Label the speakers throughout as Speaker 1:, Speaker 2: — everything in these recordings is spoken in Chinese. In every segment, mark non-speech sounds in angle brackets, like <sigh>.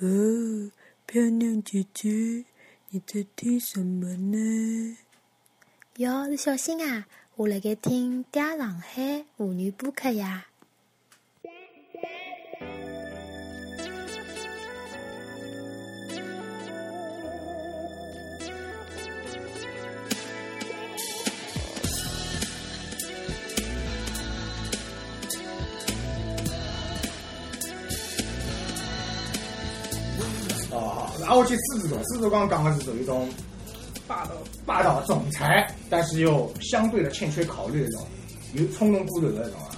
Speaker 1: 哦，漂亮姐姐，你在听什么呢？
Speaker 2: 哟，你小心啊！我辣盖听《嗲上海妇女播客》呀。
Speaker 3: 哦，然后去狮子座，狮子座刚刚讲的是属于一种
Speaker 4: 霸道，
Speaker 3: 霸道总裁，但是又相对的欠缺考虑的那种，有冲动过头的那种啊。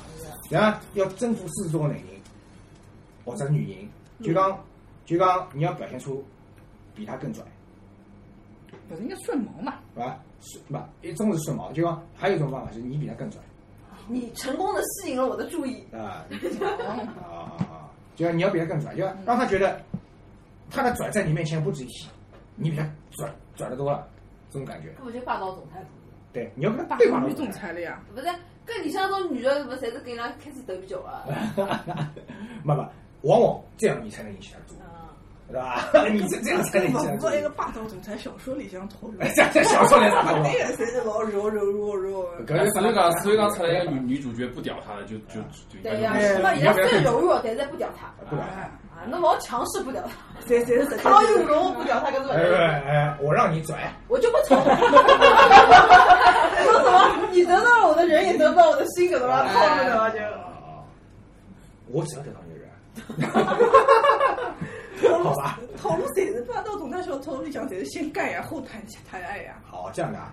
Speaker 3: 然后要征服狮子座的男人或者女人，就讲就讲你要表现出比他更拽，
Speaker 4: 不是应该顺毛嘛？
Speaker 3: 对吧？是吧？一种是顺毛，就讲还有一种方法是你比他更拽
Speaker 5: 你成功的吸引了我的注意，
Speaker 3: 啊啊啊啊！就要你要比他更拽，就要让他觉得他的拽在你面前不值一提，你比他拽拽的多了，这种感觉。
Speaker 5: 根本就霸道总裁主义。
Speaker 3: 对，你要跟他
Speaker 4: 霸
Speaker 3: 对话
Speaker 4: 道
Speaker 3: 的
Speaker 4: 女
Speaker 3: 时候
Speaker 4: 总裁了呀！
Speaker 5: 不是，跟你像这种女的，不是侪是跟人家开始斗酒啊？
Speaker 3: 哎没没，往往这样你才能引起他的注意，
Speaker 5: 啊，
Speaker 3: 对吧？你这这样才能
Speaker 6: 根
Speaker 3: 引起
Speaker 6: 本
Speaker 3: 他
Speaker 6: 不是一个
Speaker 3: 的
Speaker 6: 霸道总裁小说里向套路
Speaker 3: 注意。。这这小说里啥话？
Speaker 6: 那个才是老柔柔弱弱。
Speaker 3: 搿是
Speaker 7: 所以讲，所以讲出来一个女女主角不屌他了，就就就
Speaker 5: 对呀，
Speaker 3: 哎
Speaker 5: 是吧？人家最柔弱，但是不屌他
Speaker 3: 不屌
Speaker 4: 哎
Speaker 5: 啊，侬老强势不屌他，
Speaker 6: 谁谁是
Speaker 5: 他又柔不屌他，搿种
Speaker 3: 哎哎哎，我让你拽，
Speaker 5: 我就不 <laughs> 从。说什么？你得到了我的人，也得不到我的心，搿种啊，套路对吧？就
Speaker 3: 我只要得到女人，好吧？
Speaker 6: 套路侪是霸道总裁小套路里向侪是先干呀，后谈谈爱呀。
Speaker 3: 好，这样的啊，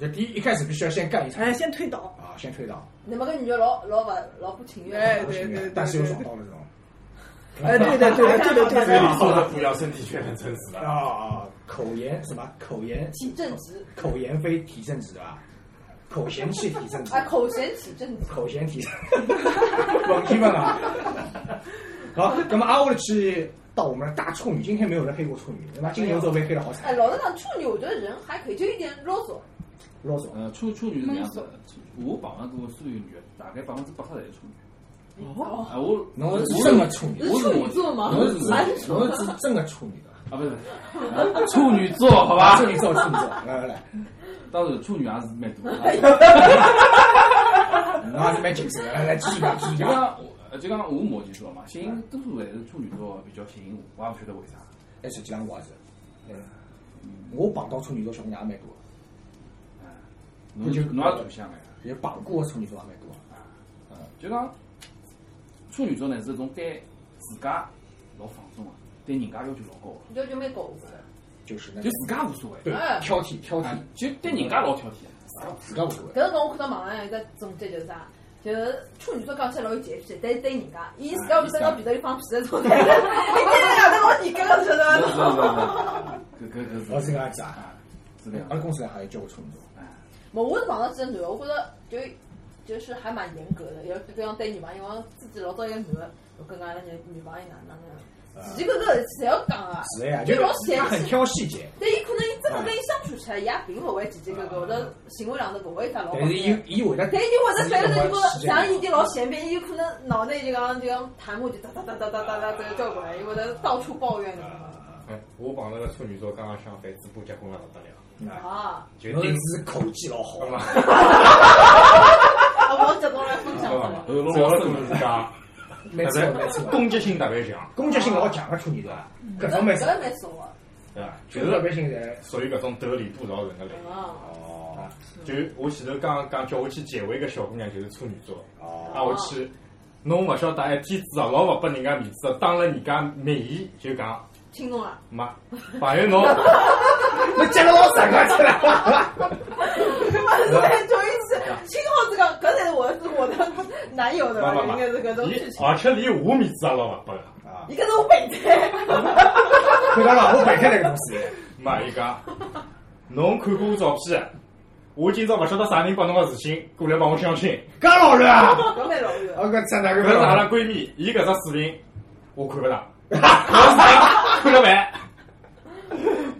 Speaker 3: 就第一一开始必须要先干一场
Speaker 6: 哎，先推倒。
Speaker 3: 啊，先推倒，
Speaker 5: 你们跟女的老老不老不情愿。啊
Speaker 6: 哎，对对对，
Speaker 3: 但是有爽到的这种
Speaker 6: 哎，对对对对对对
Speaker 7: 所以
Speaker 6: 对。
Speaker 7: 你说的不要身体却很真实了。
Speaker 3: 啊，口言什么口言
Speaker 5: 体正直
Speaker 3: 口言非体正直啊，口嫌弃体正直
Speaker 5: 啊，口嫌体正直。
Speaker 3: 口嫌体，文艺们啊。好，那么挨下来去到我们的大处女，今天没有人黑过处女，对吧？金牛座被黑的好
Speaker 5: 哎，
Speaker 3: 惨，
Speaker 5: 老实讲，处女我觉得人还可以，就一点啰嗦。
Speaker 3: 啰嗦。
Speaker 7: <laughs> 呃，处处女是这样子的，我碰上过所有女的，大概百分之八十侪是处女。
Speaker 5: 哦，
Speaker 7: 啊，我
Speaker 3: 侬
Speaker 7: 我
Speaker 3: 是
Speaker 7: 我
Speaker 3: 真的处女，
Speaker 5: 是处女座吗？
Speaker 3: 侬是
Speaker 5: 蛮
Speaker 3: 侬是真的处女的，
Speaker 7: 啊，不是啊 <laughs> 处女座，好吧
Speaker 3: 处？女座，处女座，来来来，
Speaker 7: 当然，处女也是蛮多的。
Speaker 5: 哎
Speaker 3: 侬还是蛮谨慎的，来来继续讲，继续
Speaker 7: 就
Speaker 3: 讲。
Speaker 7: 讲我，呃就讲我摩羯座嘛，吸引多数还是处女座比较吸引我，我也不晓得为啥。
Speaker 3: 哎，实际上我也是，嗯，我碰到处女座小姑娘也蛮多，
Speaker 7: 啊，侬就侬也土象个呀。
Speaker 3: 也碰过的处女座也蛮多。
Speaker 7: 啊，就讲处女座呢是一种对自家老放松个，对人家要求老高
Speaker 5: 你就就没狗子。
Speaker 3: 就是那种
Speaker 7: 个，就自家无所谓，
Speaker 3: 对
Speaker 5: 哎
Speaker 3: 挑剔挑剔啊
Speaker 7: 啊，就对人家老挑剔的。
Speaker 3: 自家无所谓。
Speaker 5: 搿辰光我看到网浪有个总结就是啥，就是处女座讲起来老有洁癖，但是对人家，伊自
Speaker 3: 啊
Speaker 5: 家会蹲到被头里放屁的状态，伊对人家都老严格的，晓
Speaker 7: 是
Speaker 5: 得
Speaker 7: 是
Speaker 5: 伐？
Speaker 7: 是，搿搿
Speaker 3: 我是
Speaker 7: 搿是
Speaker 3: 这个样子啊，
Speaker 7: 啊，是这样
Speaker 3: 阿。拉公司还有叫我处女座，
Speaker 7: 哎
Speaker 5: 冇，我是碰到几个男的，我觉得就就是还蛮严格的，要比方对女朋友，因为自己老早一个男的，我跟阿拉女女朋友哪能
Speaker 3: 啊
Speaker 5: 哪能，奇奇怪怪的事体侪要讲啊，
Speaker 3: 是呃的呀，
Speaker 5: 就
Speaker 3: 就
Speaker 5: 老
Speaker 3: 是
Speaker 5: 嫌
Speaker 3: 他很
Speaker 5: 弃。
Speaker 3: 挑细节。
Speaker 5: 但伊可能伊真的跟伊相处起来，伊也并勿会奇奇怪怪，或者行为上头勿会啥老
Speaker 3: 但是伊伊会得，
Speaker 5: 但伊或者反正就觉得，像伊已
Speaker 3: 经
Speaker 5: 经老闲变，伊有可能脑内就讲就讲弹幕就哒哒哒哒哒哒哒这个叫过来，伊会得到处抱怨的。
Speaker 8: 哎，我碰到个处女座，刚刚相反，嘴巴结棍了不得了，
Speaker 3: 啊，
Speaker 5: 啊，
Speaker 8: 就
Speaker 3: 侬
Speaker 8: 顶
Speaker 3: 是口技老好
Speaker 8: 了
Speaker 3: 嘛
Speaker 8: 嘛，，
Speaker 5: 啊，我这个来分
Speaker 8: 知
Speaker 5: 享
Speaker 8: 道
Speaker 5: 出来
Speaker 8: 吧？。
Speaker 7: 呃
Speaker 8: 主要是处女座啊，
Speaker 3: 没错没
Speaker 8: 但是
Speaker 3: 错，
Speaker 8: 攻击性特别强，
Speaker 3: 攻击性老强的啊处女座，搿种没
Speaker 5: 搿
Speaker 3: 错，
Speaker 5: 蛮少啊。
Speaker 8: 对吧？就
Speaker 3: 全特
Speaker 8: 是
Speaker 3: 别性人。
Speaker 8: 属于搿种得理不饶人的类。
Speaker 5: 啊，
Speaker 3: 哦
Speaker 8: 就我前头刚刚讲叫我去解围一个小姑娘，就是处女座，
Speaker 3: 哦，
Speaker 8: 啊我去，侬勿晓得一天子啊，老勿拨人家面子啊，当了人家面前就讲
Speaker 5: 听懂了。
Speaker 8: 妈，朋友侬。
Speaker 3: 那接了我整个去了，
Speaker 5: 是蛮有意思，幸好这个搿才是我是我的男友的吧？
Speaker 8: 没没没
Speaker 5: 应该是搿种剧情。
Speaker 8: 而且连我面子也老勿拨个，
Speaker 3: 啊，
Speaker 5: 伊搿是我备胎，
Speaker 3: 看到了，我白开了个公司，
Speaker 8: 妈伊讲，侬看过我照片，我今朝勿晓得啥人帮侬个事情，过来帮我相亲，
Speaker 3: <laughs> 干老人啊，
Speaker 5: 搿蛮容易的。
Speaker 3: 我搿真哪
Speaker 8: 搿
Speaker 3: 个
Speaker 8: 是阿拉闺蜜，伊搿只水平我看勿上，我是看得烦。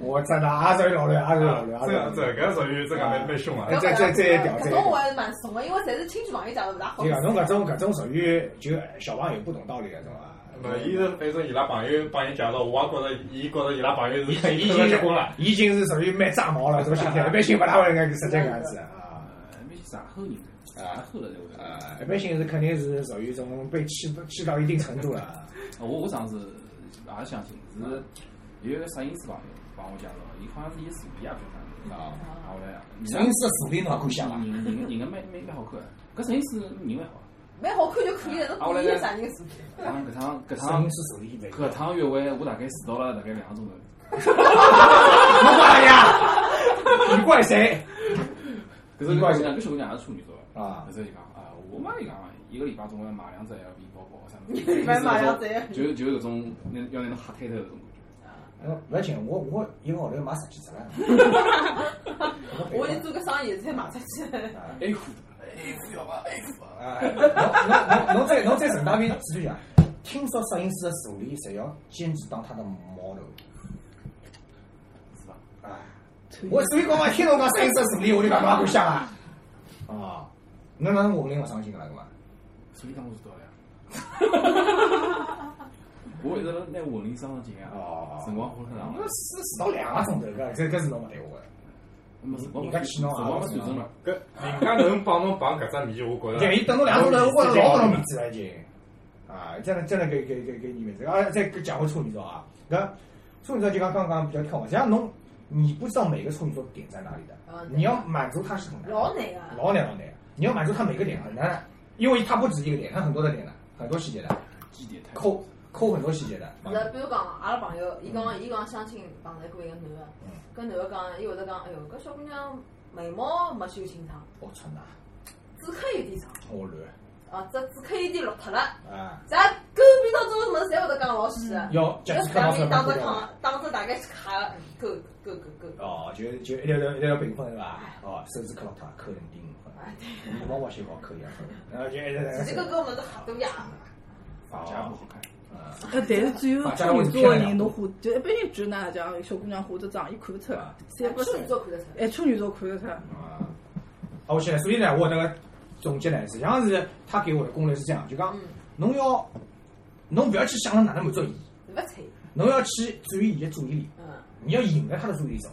Speaker 3: 我真的啊，这个老人，啊，这个老人，啊，
Speaker 8: 这个这个属于这个蛮蛮凶啊，
Speaker 3: 这这这一条这一
Speaker 5: 搿
Speaker 3: 条
Speaker 5: 种我还是蛮怂的，因为侪是亲戚朋友介绍，勿大好
Speaker 3: 就。讲侬搿种搿种属于就小朋友不懂道理那种啊，
Speaker 8: 没，伊是反正伊拉朋友帮伊介绍，我也觉着伊觉着伊拉朋友是跟
Speaker 3: 已
Speaker 8: 伊
Speaker 3: 经
Speaker 8: 偷了结
Speaker 3: 是
Speaker 8: 婚了，
Speaker 3: 已经是属于蛮炸毛了，
Speaker 8: <laughs>
Speaker 3: 这个心态，一般性勿大会搿个直接搿样子啊。
Speaker 7: 还没上后人，上后了才会。
Speaker 3: 啊，一般性是肯定是属于一种被气气到一定程度了。
Speaker 7: 啊我我上次也相信是有一个摄影师朋友帮我介绍，伊好像是伊助理啊，做啥
Speaker 3: 啊，
Speaker 7: 的。后来啊，
Speaker 3: 摄影师视频侬也敢想伐？
Speaker 7: 人人人个蛮蛮蛮好看的，搿摄影师人蛮好。
Speaker 5: 蛮好看就可以了，
Speaker 7: 啊我
Speaker 5: 侬故
Speaker 7: 来
Speaker 5: 意啥人视频？
Speaker 7: 搿趟搿趟搿
Speaker 3: 摄
Speaker 7: 趟
Speaker 3: 影师助理蛮。 <laughs>
Speaker 7: 搿趟约会，我大概迟到了大概两个钟头。
Speaker 3: 侬怪哎呀？你怪谁？
Speaker 7: 搿时候搿小姑娘，搿小姑娘也是处女座。
Speaker 3: 啊
Speaker 7: 搿时候就讲啊，我妈就讲一个礼拜总归要买两只 LV 包包啥物事。
Speaker 5: 一般买两只
Speaker 7: 就就搿种那要拿侬吓退头搿种
Speaker 3: 嗯，勿要紧，我我一个号头买十几只了。
Speaker 5: 我就做个生意，再卖出去。
Speaker 7: 感觉。A 裤，A 裤要伐？A 裤啊。
Speaker 3: 啊，侬侬侬再侬再陈大斌继续讲。听说摄影师的助理侪要坚持当他的 model。
Speaker 7: 是伐？
Speaker 3: 啊，我所以讲嘛，听侬讲摄影师助理，我就讲侬也敢想啊。啊，侬哪能混龄勿上心个啦？搿嘛？
Speaker 7: 所以讲我知道了呀。 <laughs> 我一直拿文理上进啊，
Speaker 3: 哦
Speaker 7: <laughs> 辰光混很长
Speaker 3: 那，四四到两个钟头，搿搿搿是侬勿对我的。
Speaker 7: 那么辰光
Speaker 3: 人
Speaker 7: 没
Speaker 3: 家
Speaker 7: 算
Speaker 3: 去弄
Speaker 7: 辰光
Speaker 3: 也
Speaker 7: 没
Speaker 3: 是
Speaker 7: 算成嘛。
Speaker 8: 搿人家能帮侬绑搿只米，我觉着。
Speaker 3: 对，伊等侬两个钟头，我觉着老不容面子了已经。啊，真的真的给给给给你面子。啊，再讲回处女座啊，搿处女座就刚刚刚比较跳嘛，实际上侬你不知道每个处女座点在哪里的
Speaker 5: 啊，对
Speaker 3: 你要满足他是很难的，
Speaker 5: 老难啊！
Speaker 3: 老难老难。你要满足他每个点很难，因为他不止一个点，他很多的点的，很多细节的，
Speaker 7: 基点太
Speaker 3: 抠抠很多细节的。
Speaker 5: 是，比如讲，阿拉朋友，伊讲，伊讲相亲碰着过一个男的，跟男的讲，伊会得讲，哎哟，搿小姑娘眉毛没修清爽，
Speaker 3: 我操呐，
Speaker 5: 指甲有点长，
Speaker 3: 我乱
Speaker 5: 啊，这指甲有点落脱了，
Speaker 3: 啊！
Speaker 5: 咱狗屁到这个物事，侪会得讲老细
Speaker 7: 嗯
Speaker 5: 的。
Speaker 3: 要脚
Speaker 5: 要
Speaker 3: 趾
Speaker 5: 是
Speaker 3: 看到
Speaker 5: 两
Speaker 3: 什么
Speaker 5: 面打着扛，打着大概是嗯卡够够够够。
Speaker 3: 哦，就就一条条一条条平分是伐？哦，手指磕落脱，扣人钉
Speaker 5: 哎，
Speaker 3: 分，眉毛往前跑扣一样分，然后就一条条。
Speaker 7: 嗯
Speaker 5: 自己搿个物事瞎多呀，
Speaker 7: 发夹不好看，
Speaker 3: 啊，
Speaker 6: 呃，但是只有
Speaker 3: 啊
Speaker 6: 处女座的人，侬胡就一般性直男讲，小姑娘胡子长，伊看不出来，三哎不
Speaker 5: 啊处
Speaker 6: 是
Speaker 5: 女，座看得出来。
Speaker 6: 哎，处女座看得出来。
Speaker 3: 啊，好，我现在，所以呢，我那个总结呢，实际上是他给我的攻略是这样，就讲
Speaker 5: 嗯，
Speaker 3: 侬要，侬不要去想着哪能满足伊，
Speaker 5: 勿睬，
Speaker 3: 侬要去转移伊的注意力，
Speaker 5: 嗯，
Speaker 3: 你要引着他的注意力走。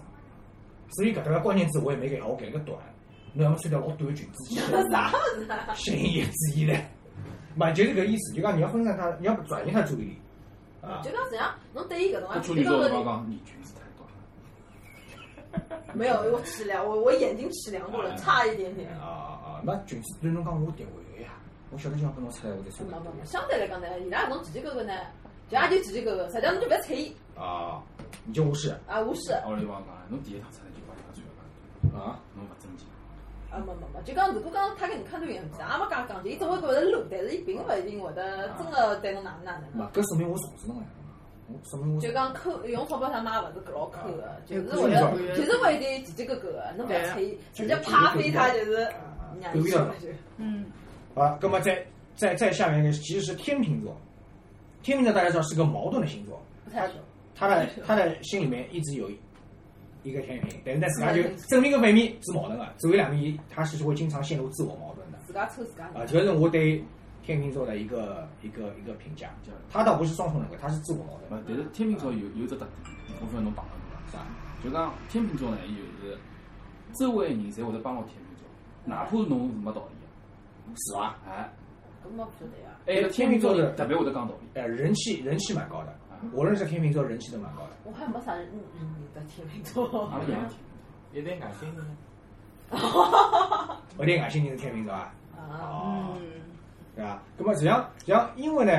Speaker 3: 所以搿搭个关键词我也没给好，我给了个短，侬要么穿条老短的裙子去，
Speaker 5: 啥物事啊？
Speaker 3: 吸引伊的注意力，嘛就是搿意思，就讲你要分散他，你要转移他的注意力，啊
Speaker 5: 就，讲实际上，侬对伊搿种啊，
Speaker 7: 搿处女
Speaker 5: 一
Speaker 7: 座
Speaker 5: 个
Speaker 7: 我
Speaker 5: 个
Speaker 7: 讲，你裙子太短了，
Speaker 5: 没有，我尺量，我我眼睛尺量过
Speaker 7: 嗯
Speaker 5: 了，差一点点
Speaker 3: 啊。啊啊，那裙子对侬讲我定位呀，我晓得就要跟侬出来，我再穿
Speaker 5: 没
Speaker 3: 搿
Speaker 5: 没
Speaker 3: 个
Speaker 5: 没，相对来讲呢，伊拉侬自己搿个呢，就也就自己搿个，实际上侬就勿要睬伊
Speaker 3: 啊，你就无视
Speaker 5: 啊，无视。
Speaker 7: 后来我讲，侬第一趟出来就把它穿了，
Speaker 3: 啊。
Speaker 7: 侬勿正经。
Speaker 5: 啊，没没没，就讲如果讲他跟你看对眼，也没讲讲，伊总会觉得路，但是伊并勿一定会得真个对侬哪能哪能。
Speaker 3: 嘛，搿说明我重视侬呀，我说明我
Speaker 5: 就讲抠，用钞票啥买勿是搿老抠个，就是
Speaker 6: 哎
Speaker 5: 会
Speaker 3: 搿
Speaker 5: 得
Speaker 3: 种，
Speaker 5: 就是会得叽叽咯咯个，侬勿要睬伊，直接
Speaker 3: 就是
Speaker 5: 啪
Speaker 3: 就是
Speaker 5: 飞他就是
Speaker 3: 啊，
Speaker 5: 让
Speaker 3: 狗
Speaker 5: 伊
Speaker 3: 屁
Speaker 5: 去
Speaker 3: 倒
Speaker 5: 了
Speaker 3: 灶
Speaker 5: 就。
Speaker 6: 嗯，
Speaker 3: 啊，那么再再再下面一个其实是天秤座，天秤座大家知道是个矛盾的星座，
Speaker 5: 不太熟，
Speaker 3: 他的他的心里面一直有一个天平，但是呢自家就正面跟反面是矛盾的，左右两面他是会经常陷入自我矛盾的。
Speaker 5: 自家抽自家
Speaker 3: 啊，
Speaker 5: 人。
Speaker 3: 这是我对天秤座的一个一个一个评价，他倒不是双重人格，他是自我矛
Speaker 7: 勿
Speaker 3: 盾，，啊
Speaker 7: 但是啊天秤座有有一只特点，我勿晓得侬碰到过伐？
Speaker 3: 是吧？
Speaker 7: 就讲天秤座呢，伊就是周围的人侪会得帮我天秤座，哪怕侬是没道理
Speaker 3: 是吧？
Speaker 7: 的，哎，
Speaker 5: 搿么不晓得呀，
Speaker 7: 还有天秤座人特别会得讲道理，
Speaker 3: 呃，人气人气蛮高的
Speaker 7: 啊，
Speaker 3: 我认识的天秤座人气都蛮高的。
Speaker 5: 我还没啥人认得天秤座。
Speaker 7: 阿拉娘
Speaker 8: 一对眼睛呢？
Speaker 3: 我对眼睛就是天秤座啊，
Speaker 5: 啊，
Speaker 3: 哦，
Speaker 6: 嗯
Speaker 3: 对吧？啊那么实际上，实际上英文呢，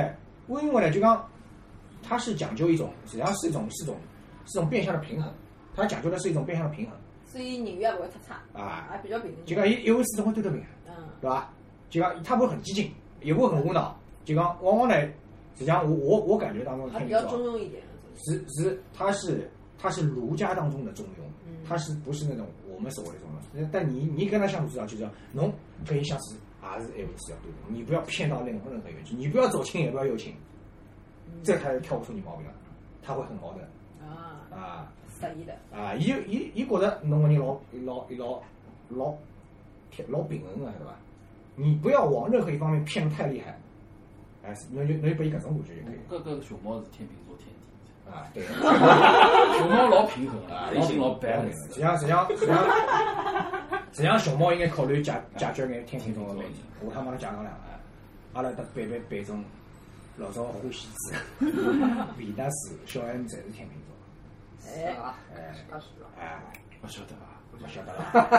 Speaker 3: 英文呢就讲它是讲究一种，实际上是一种是一种是一种变相的平衡，它讲究的是一种变相的平衡
Speaker 5: 所以人缘勿会太差，
Speaker 3: 啊，
Speaker 5: 也比较平
Speaker 3: 就
Speaker 5: 衡。
Speaker 3: 讲一一会始终会对得平衡，
Speaker 5: 嗯，
Speaker 3: 对吧？就讲它不会很激进，也不会很无脑，就讲往往呢，实际上我我我感觉当中
Speaker 5: 还
Speaker 3: 天
Speaker 5: 比较
Speaker 3: 秤
Speaker 5: 中
Speaker 3: 座
Speaker 5: 庸一点。啊
Speaker 3: 是是它是它是儒家当中的中庸。
Speaker 5: 嗯，
Speaker 3: 他是不是那种我们所谓的这种东西？但你你跟他相处之后，就是侬跟伊相处还是爱维持要对的，你不要骗到那种任何远去，你不要左倾也不要右倾，
Speaker 5: 嗯
Speaker 3: 这他就挑不出你毛病了，他会很矛盾
Speaker 5: 啊，
Speaker 3: 啊
Speaker 5: 适宜的。
Speaker 3: 啊！伊伊伊觉得侬个人老老老老老平衡个，晓得吧？你不要往任何一方面偏得太厉害，哎，侬就侬就拨伊搿种感觉就可以
Speaker 7: 搿搿熊猫是天秤座天敌，
Speaker 3: 了啊，对。
Speaker 7: 熊猫老平衡啊，老老
Speaker 3: 白
Speaker 7: balance
Speaker 3: 实
Speaker 7: 的
Speaker 3: 际。上，实际上，实际上，实际上，熊猫应该考虑解解决眼天秤座的问题。我他妈侬讲讲两个，阿拉搭办办办种老早欢喜子，维纳斯、小 M 侪是天秤座，
Speaker 5: 哎，
Speaker 3: 哎，
Speaker 5: 他是吧？
Speaker 3: 哎，
Speaker 7: 勿晓得啊伐？
Speaker 3: 不晓得啊啦。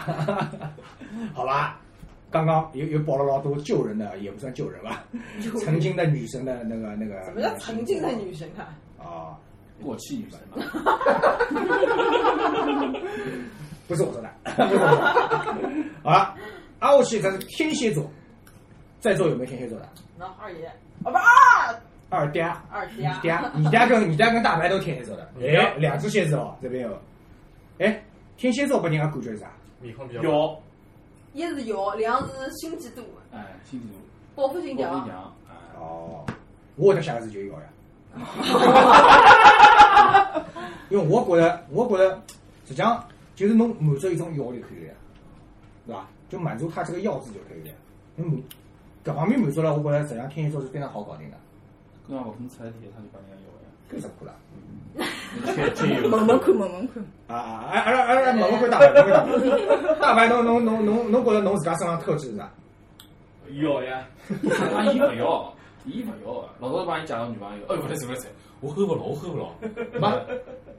Speaker 3: <laughs> 好吧，刚刚又又爆了老多救人的，也不算救人吧，曾经的女神的那个那个。
Speaker 5: 什么叫曾经的女神啊？
Speaker 3: 啊？
Speaker 7: 过气女神嘛，
Speaker 3: <laughs> 不是我说的。 <laughs> 不是我说的好了，阿沃奇他是天蝎座，在座有没有天蝎座的？
Speaker 5: 那二爷，哦不二
Speaker 3: 二嗲，
Speaker 5: 二
Speaker 3: 你
Speaker 5: 爹，
Speaker 3: 嗲，你嗲跟你嗲跟大白都天蝎座的，哎，两只蝎子哦，这边有。哎，天蝎座给人家感觉是啥？
Speaker 8: 面孔比较
Speaker 7: 要
Speaker 5: 一是有，两是心机多，
Speaker 7: 哎，心里
Speaker 5: 报复
Speaker 7: 头
Speaker 5: 性
Speaker 7: 老
Speaker 5: 强。
Speaker 7: 娘哎，
Speaker 3: 哦，我的下个字就有呀。因为我觉得，我觉得，实际上就是侬满足一种要就可以了呀，对吧？就满足他这个要字就可以了呀。你满各方面满足了，我觉得实际上天蝎座是非常好搞定的，
Speaker 7: 跟俺勿肯出来题，他就把人家要
Speaker 3: 搿只苦了。
Speaker 7: 呀，缺缺有
Speaker 6: 问问看，问问看，
Speaker 3: 啊啊！哎哎哎哎，问问看大白，问问看大白，侬侬侬侬侬觉得侬自家身上特质是啥？
Speaker 8: 要呀，
Speaker 7: 啊，伊勿要，伊勿要啊！老早帮伊介绍女朋友，哎呦，勿来塞勿来塞，我喝勿牢，我喝勿牢，
Speaker 3: 没，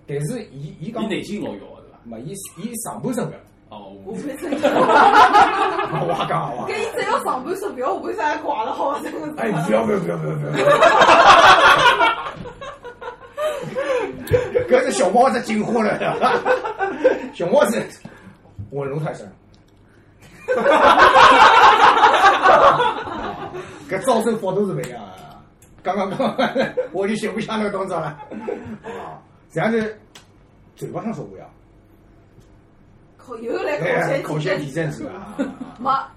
Speaker 3: 但是伊伊讲
Speaker 7: 伊，内心老要啊，对伐？
Speaker 3: 没伊伊上半身个，
Speaker 7: 哦，
Speaker 5: 我
Speaker 7: 我
Speaker 5: 不是，
Speaker 3: 我也讲好伐
Speaker 5: 跟？伊只哎要上半身，不要下半身还挂了，好吧？真的
Speaker 3: 哎，
Speaker 5: 是。
Speaker 3: 不要不要不要不要不要！ <laughs> 搿是小猫子进化了的，小猫子稳如泰山。 <laughs> 搿招生法都是勿一样啊！刚刚刚刚，我已经写不下那个动作了。啊，然后是嘴巴上说不要，
Speaker 5: 口又来口
Speaker 3: 哎，
Speaker 5: 嫌
Speaker 3: 口嫌体正啊是吧？
Speaker 5: 没，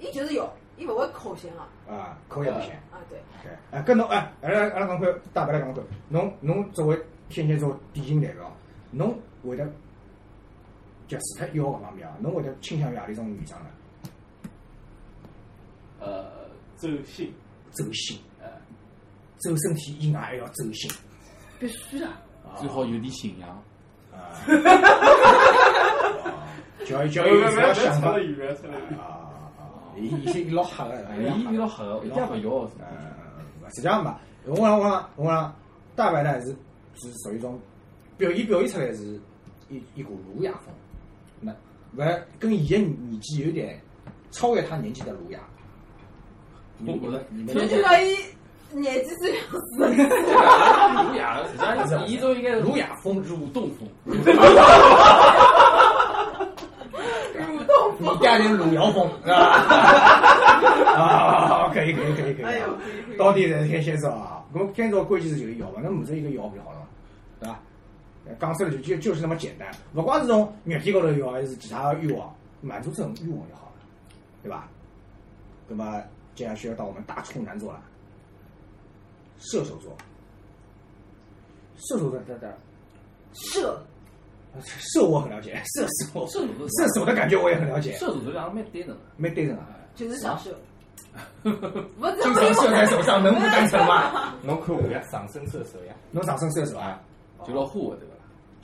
Speaker 5: 伊就是有，伊勿会口嫌啊
Speaker 3: 啊，口也不嫌。
Speaker 5: 啊对，
Speaker 3: 对，哎，跟侬哎，阿拉阿拉讲看，大白来讲看，侬侬作为天蝎座典型代表，侬会得就除脱腰搿方面啊，侬会得倾向于何里种女生呢？
Speaker 7: 呃，周信，
Speaker 3: 走心，
Speaker 7: 呃，
Speaker 3: 走身体以外还要走心。
Speaker 4: 必须的，
Speaker 7: 最好有点信仰，
Speaker 3: 啊，就要就要
Speaker 8: 不
Speaker 3: 有
Speaker 8: 要
Speaker 3: 自
Speaker 8: 不
Speaker 3: 家
Speaker 8: 要
Speaker 3: 想
Speaker 8: 扯
Speaker 3: 法
Speaker 8: 得远，不要扯得
Speaker 3: 啊
Speaker 8: 远。
Speaker 3: 啊啊！伊伊是老黑个，
Speaker 7: 伊伊老黑，一家勿要，
Speaker 3: 呃，实际上嘛，我讲我讲我讲，大白呢是是属于一种表现表现出来是一一股儒雅风，那勿跟伊个年纪有点超越他年纪的儒雅。你们你们你
Speaker 5: 就
Speaker 3: 们
Speaker 5: 就讲伊年纪最
Speaker 7: 儒雅，实际上伊都应该是
Speaker 3: 儒雅风，
Speaker 7: 蠕动风，
Speaker 3: 你家人汝窑 <laughs> 风是吧？啊，可以可以可以可以。
Speaker 5: 哎呦，
Speaker 3: 到底是天蝎座啊？我们天蝎座关键是就是摇嘛，那满足一个摇比较好了，对吧？讲出来就就就是那么简单，不光是从肉体高头摇，还是其他的欲望，啊满足这种欲望就好了，对吧？那么接下去要到我们大处男座了，射手座。射手座在这儿， <laughs>
Speaker 5: 射，
Speaker 3: 射我很了解，射手，
Speaker 7: 射手座
Speaker 3: 射手的感觉我也很了解
Speaker 7: 射，手座两个蛮单纯
Speaker 3: 蛮对称啊。
Speaker 5: 就是想射， <laughs>
Speaker 7: 的，
Speaker 5: 勿是
Speaker 3: 经常射在手上，能不单纯吗？
Speaker 8: 侬看我呀，上身射手呀，
Speaker 3: 侬上身射手啊？
Speaker 7: 就老花的对伐？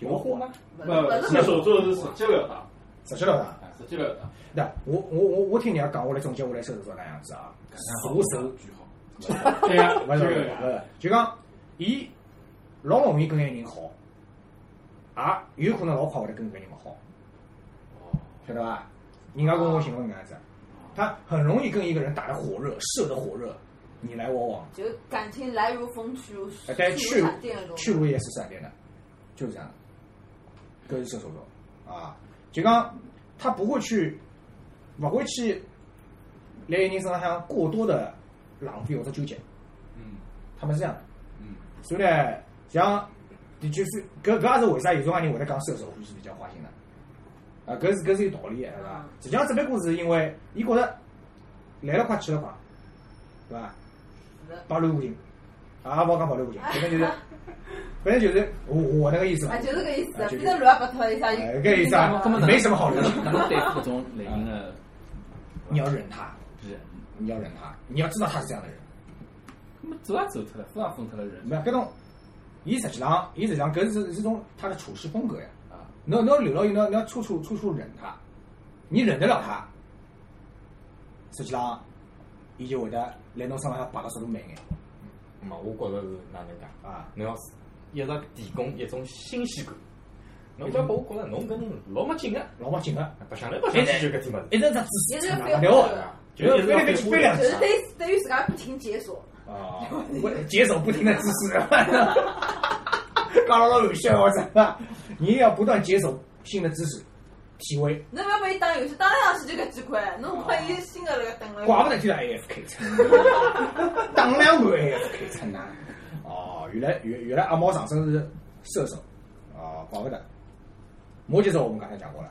Speaker 3: 有啊火吗？
Speaker 5: 勿是
Speaker 3: 呃
Speaker 5: 勿是
Speaker 8: 射手座是直截了当，
Speaker 3: 直接了的。
Speaker 7: 哎，实际了当，
Speaker 3: 啊那我我我我听人家讲，我来总结我来射手座哪样子啊？
Speaker 7: 我
Speaker 3: 熟手，
Speaker 7: 句好，
Speaker 8: 对呀，
Speaker 3: 勿是勿
Speaker 8: 这个
Speaker 3: 是勿
Speaker 8: 呀，
Speaker 3: 是，就讲伊老容易跟一个人好，也有可能老快会得跟一个人勿好，
Speaker 7: 哦，
Speaker 3: 晓得伐？人家跟我形容搿样子，他很容易跟一个人打得火热，射得火热，你来我往，
Speaker 5: 就感情来如风，去如
Speaker 3: 哎但
Speaker 5: 去如闪电那种。
Speaker 3: 去路也是闪电的，就是这样的，搿是射手座啊。就讲他不会去，勿会去来一个人身上向过多的浪费或者纠结，
Speaker 7: 嗯
Speaker 3: 他们是这样的。
Speaker 7: 嗯，
Speaker 3: 所以呢，像的就是搿搿也是为啥有种人会得讲射手欢喜比较花心的，啊，搿是搿是有道理的，是伐
Speaker 5: 嗯？
Speaker 3: 实际上只不过是因为伊觉得来了快去了快，对伐？
Speaker 5: 是的
Speaker 3: 暴乱无情，啊，勿好讲暴乱
Speaker 5: <laughs>
Speaker 3: 无情，反正就是，反正就是我我那个意思嘛
Speaker 5: 啊，，就是搿意思，
Speaker 3: 啊
Speaker 5: 反
Speaker 3: 就是
Speaker 5: 正乱八脱了一下啊就。
Speaker 3: 哎搿意思
Speaker 5: <laughs>
Speaker 3: 啊，没什么好聊的，
Speaker 7: 哪能对付搿种类型的
Speaker 3: 你要忍他，
Speaker 7: 人？
Speaker 3: 你要忍他，你要知道他是这样的人。
Speaker 7: 那么走也走脱了，分也分脱了人
Speaker 3: 没有搿种，伊实际上，伊实际上搿是是种他的处事风格呀。
Speaker 7: 啊，
Speaker 3: 侬侬留牢伊，侬侬要处处处处忍他，你忍得了他，实际上，伊就会得来侬身浪摆个速度慢眼
Speaker 9: 嘛，我觉着是哪能讲？
Speaker 3: 啊。
Speaker 9: 侬要是一直提供一种新鲜感，侬勿要拨我觉着侬搿人老没劲个，
Speaker 3: 老没劲个，
Speaker 9: 白相来白相去就搿点物事，
Speaker 3: 一直在自
Speaker 5: 也
Speaker 3: 私
Speaker 5: 是
Speaker 3: 出
Speaker 5: 要
Speaker 3: 纳
Speaker 5: 飞
Speaker 3: 对伐？
Speaker 9: 就
Speaker 3: 就是
Speaker 9: 一直
Speaker 3: 飞来飞去飞两
Speaker 5: 就
Speaker 3: 次
Speaker 5: 是对对于自家不停解锁，
Speaker 3: 啊，我解手不停的姿势， <laughs> 搞了老有效，我操！啊你也要不断解手新的姿势，体会，
Speaker 5: 侬勿要把伊打游戏，打来打去就搿几块，侬快伊新个辣盖等了。
Speaker 3: 怪不得就 AFK <laughs> 称，打两盘 AFK 称呐。哦，原来原原来阿猫上身是射手，哦，怪不得。摩羯座我们刚才讲过了，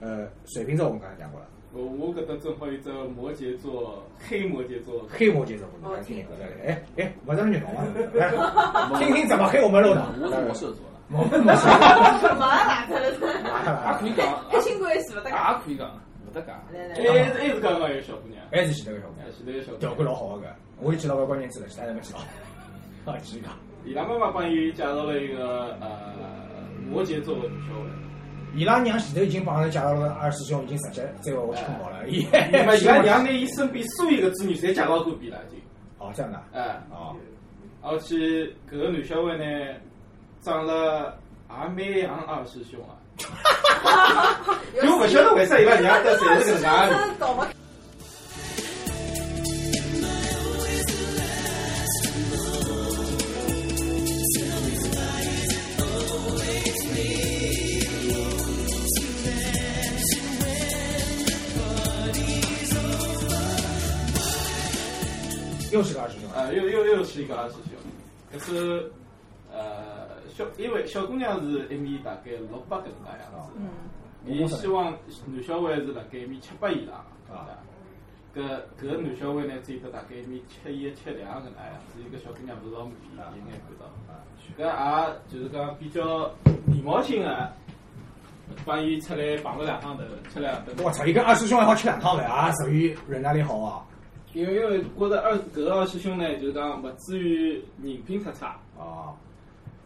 Speaker 3: 呃，水瓶座我们刚才讲过了，
Speaker 10: 我我搿搭正好有只摩羯座，黑摩羯座，
Speaker 3: 黑摩羯座我们刚才听过了，哎哎，不是你懂吗？来，听听怎么黑我们漏的，
Speaker 7: 我是我射手了，
Speaker 3: 我们没事。
Speaker 5: 马上打脱了，
Speaker 7: 也可以讲，
Speaker 5: 开心关系勿得
Speaker 10: 哎
Speaker 5: 讲。
Speaker 7: 也可以讲，勿得讲。
Speaker 5: 来来来，
Speaker 10: 还哎还是刚刚有小姑娘，
Speaker 3: 还是前头个小姑娘
Speaker 10: 哎，，前头有小
Speaker 3: 条
Speaker 10: 姑
Speaker 3: 件
Speaker 10: 娘，
Speaker 3: 老好个，我就记牢个关键词了，其他侪没 <laughs> 记牢。啊，继续讲，
Speaker 10: 伊拉妈妈帮伊介绍了一个呃摩羯座的女小孩，
Speaker 3: 伊拉娘前头已经帮人介绍了，二师兄已经直接再往下去困觉了。伊
Speaker 10: 那么伊拉娘拿伊身边所有的子女侪介绍过遍了已经，
Speaker 3: 哦，这样的啊，
Speaker 10: 哎。
Speaker 3: 哦，
Speaker 10: 而且搿个男小孩呢，长了也蛮像二师兄啊。就勿晓得为啥伊拉娘的侪是搿
Speaker 5: 哎
Speaker 10: 能介的。
Speaker 5: 搞勿
Speaker 3: 又是个二师兄啊，
Speaker 10: 啊，又又又是一个二师兄，可是呃小，因为小姑娘是一米大概六八搿能介样
Speaker 3: 哦
Speaker 10: 子，伊希望男小孩是辣盖一米七八以上。
Speaker 3: 啊
Speaker 10: 搿搿个男小孩呢，只有得大概一米七一、七两搿能样子，伊搿小姑娘勿是老满意，
Speaker 3: 啊
Speaker 10: 有眼看到。
Speaker 3: 啊
Speaker 10: 搿也就是讲比较礼貌性个，帮伊出来碰了两趟头，吃了两顿
Speaker 3: 我。操，伊跟二师兄还好吃两趟饭啊，属于忍耐力好啊。
Speaker 10: 因为因为觉着二搿个二师兄呢，就是讲勿至于人品太差，
Speaker 3: 啊，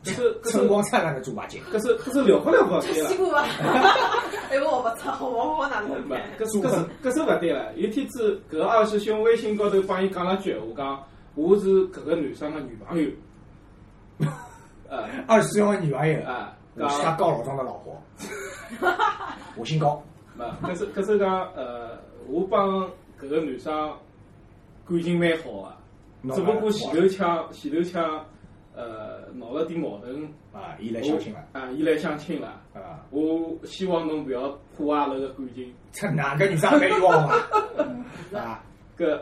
Speaker 10: 可是可是
Speaker 3: 春光灿烂的猪八戒，
Speaker 10: 可是可是聊好聊勿对了
Speaker 5: 西。瓜伐？ <laughs> 哎，我勿操，我我哪能
Speaker 10: 没，搿
Speaker 3: 是
Speaker 10: 是搿是搿是勿对了。有一天子搿个二师兄微信高头帮伊讲了句闲话，讲我是搿个男生个女朋友。 <laughs> 呃
Speaker 3: 二师兄的女朋友，
Speaker 10: 啊，
Speaker 3: 我是他
Speaker 10: 讲
Speaker 3: 高老庄的老婆，我姓高，
Speaker 10: 没，啊可是可是讲呃，我帮搿个男生感情蛮好个、只不过前头抢前头抢，呃，闹了点矛盾，
Speaker 3: 啊，伊来相亲了
Speaker 10: 我啊，伊来相亲了。
Speaker 3: 啊。
Speaker 10: 我希望侬不要破坏阿拉个感情。
Speaker 3: 这哪个女生没欲望啊？
Speaker 10: <laughs>
Speaker 3: 啊，
Speaker 10: 搿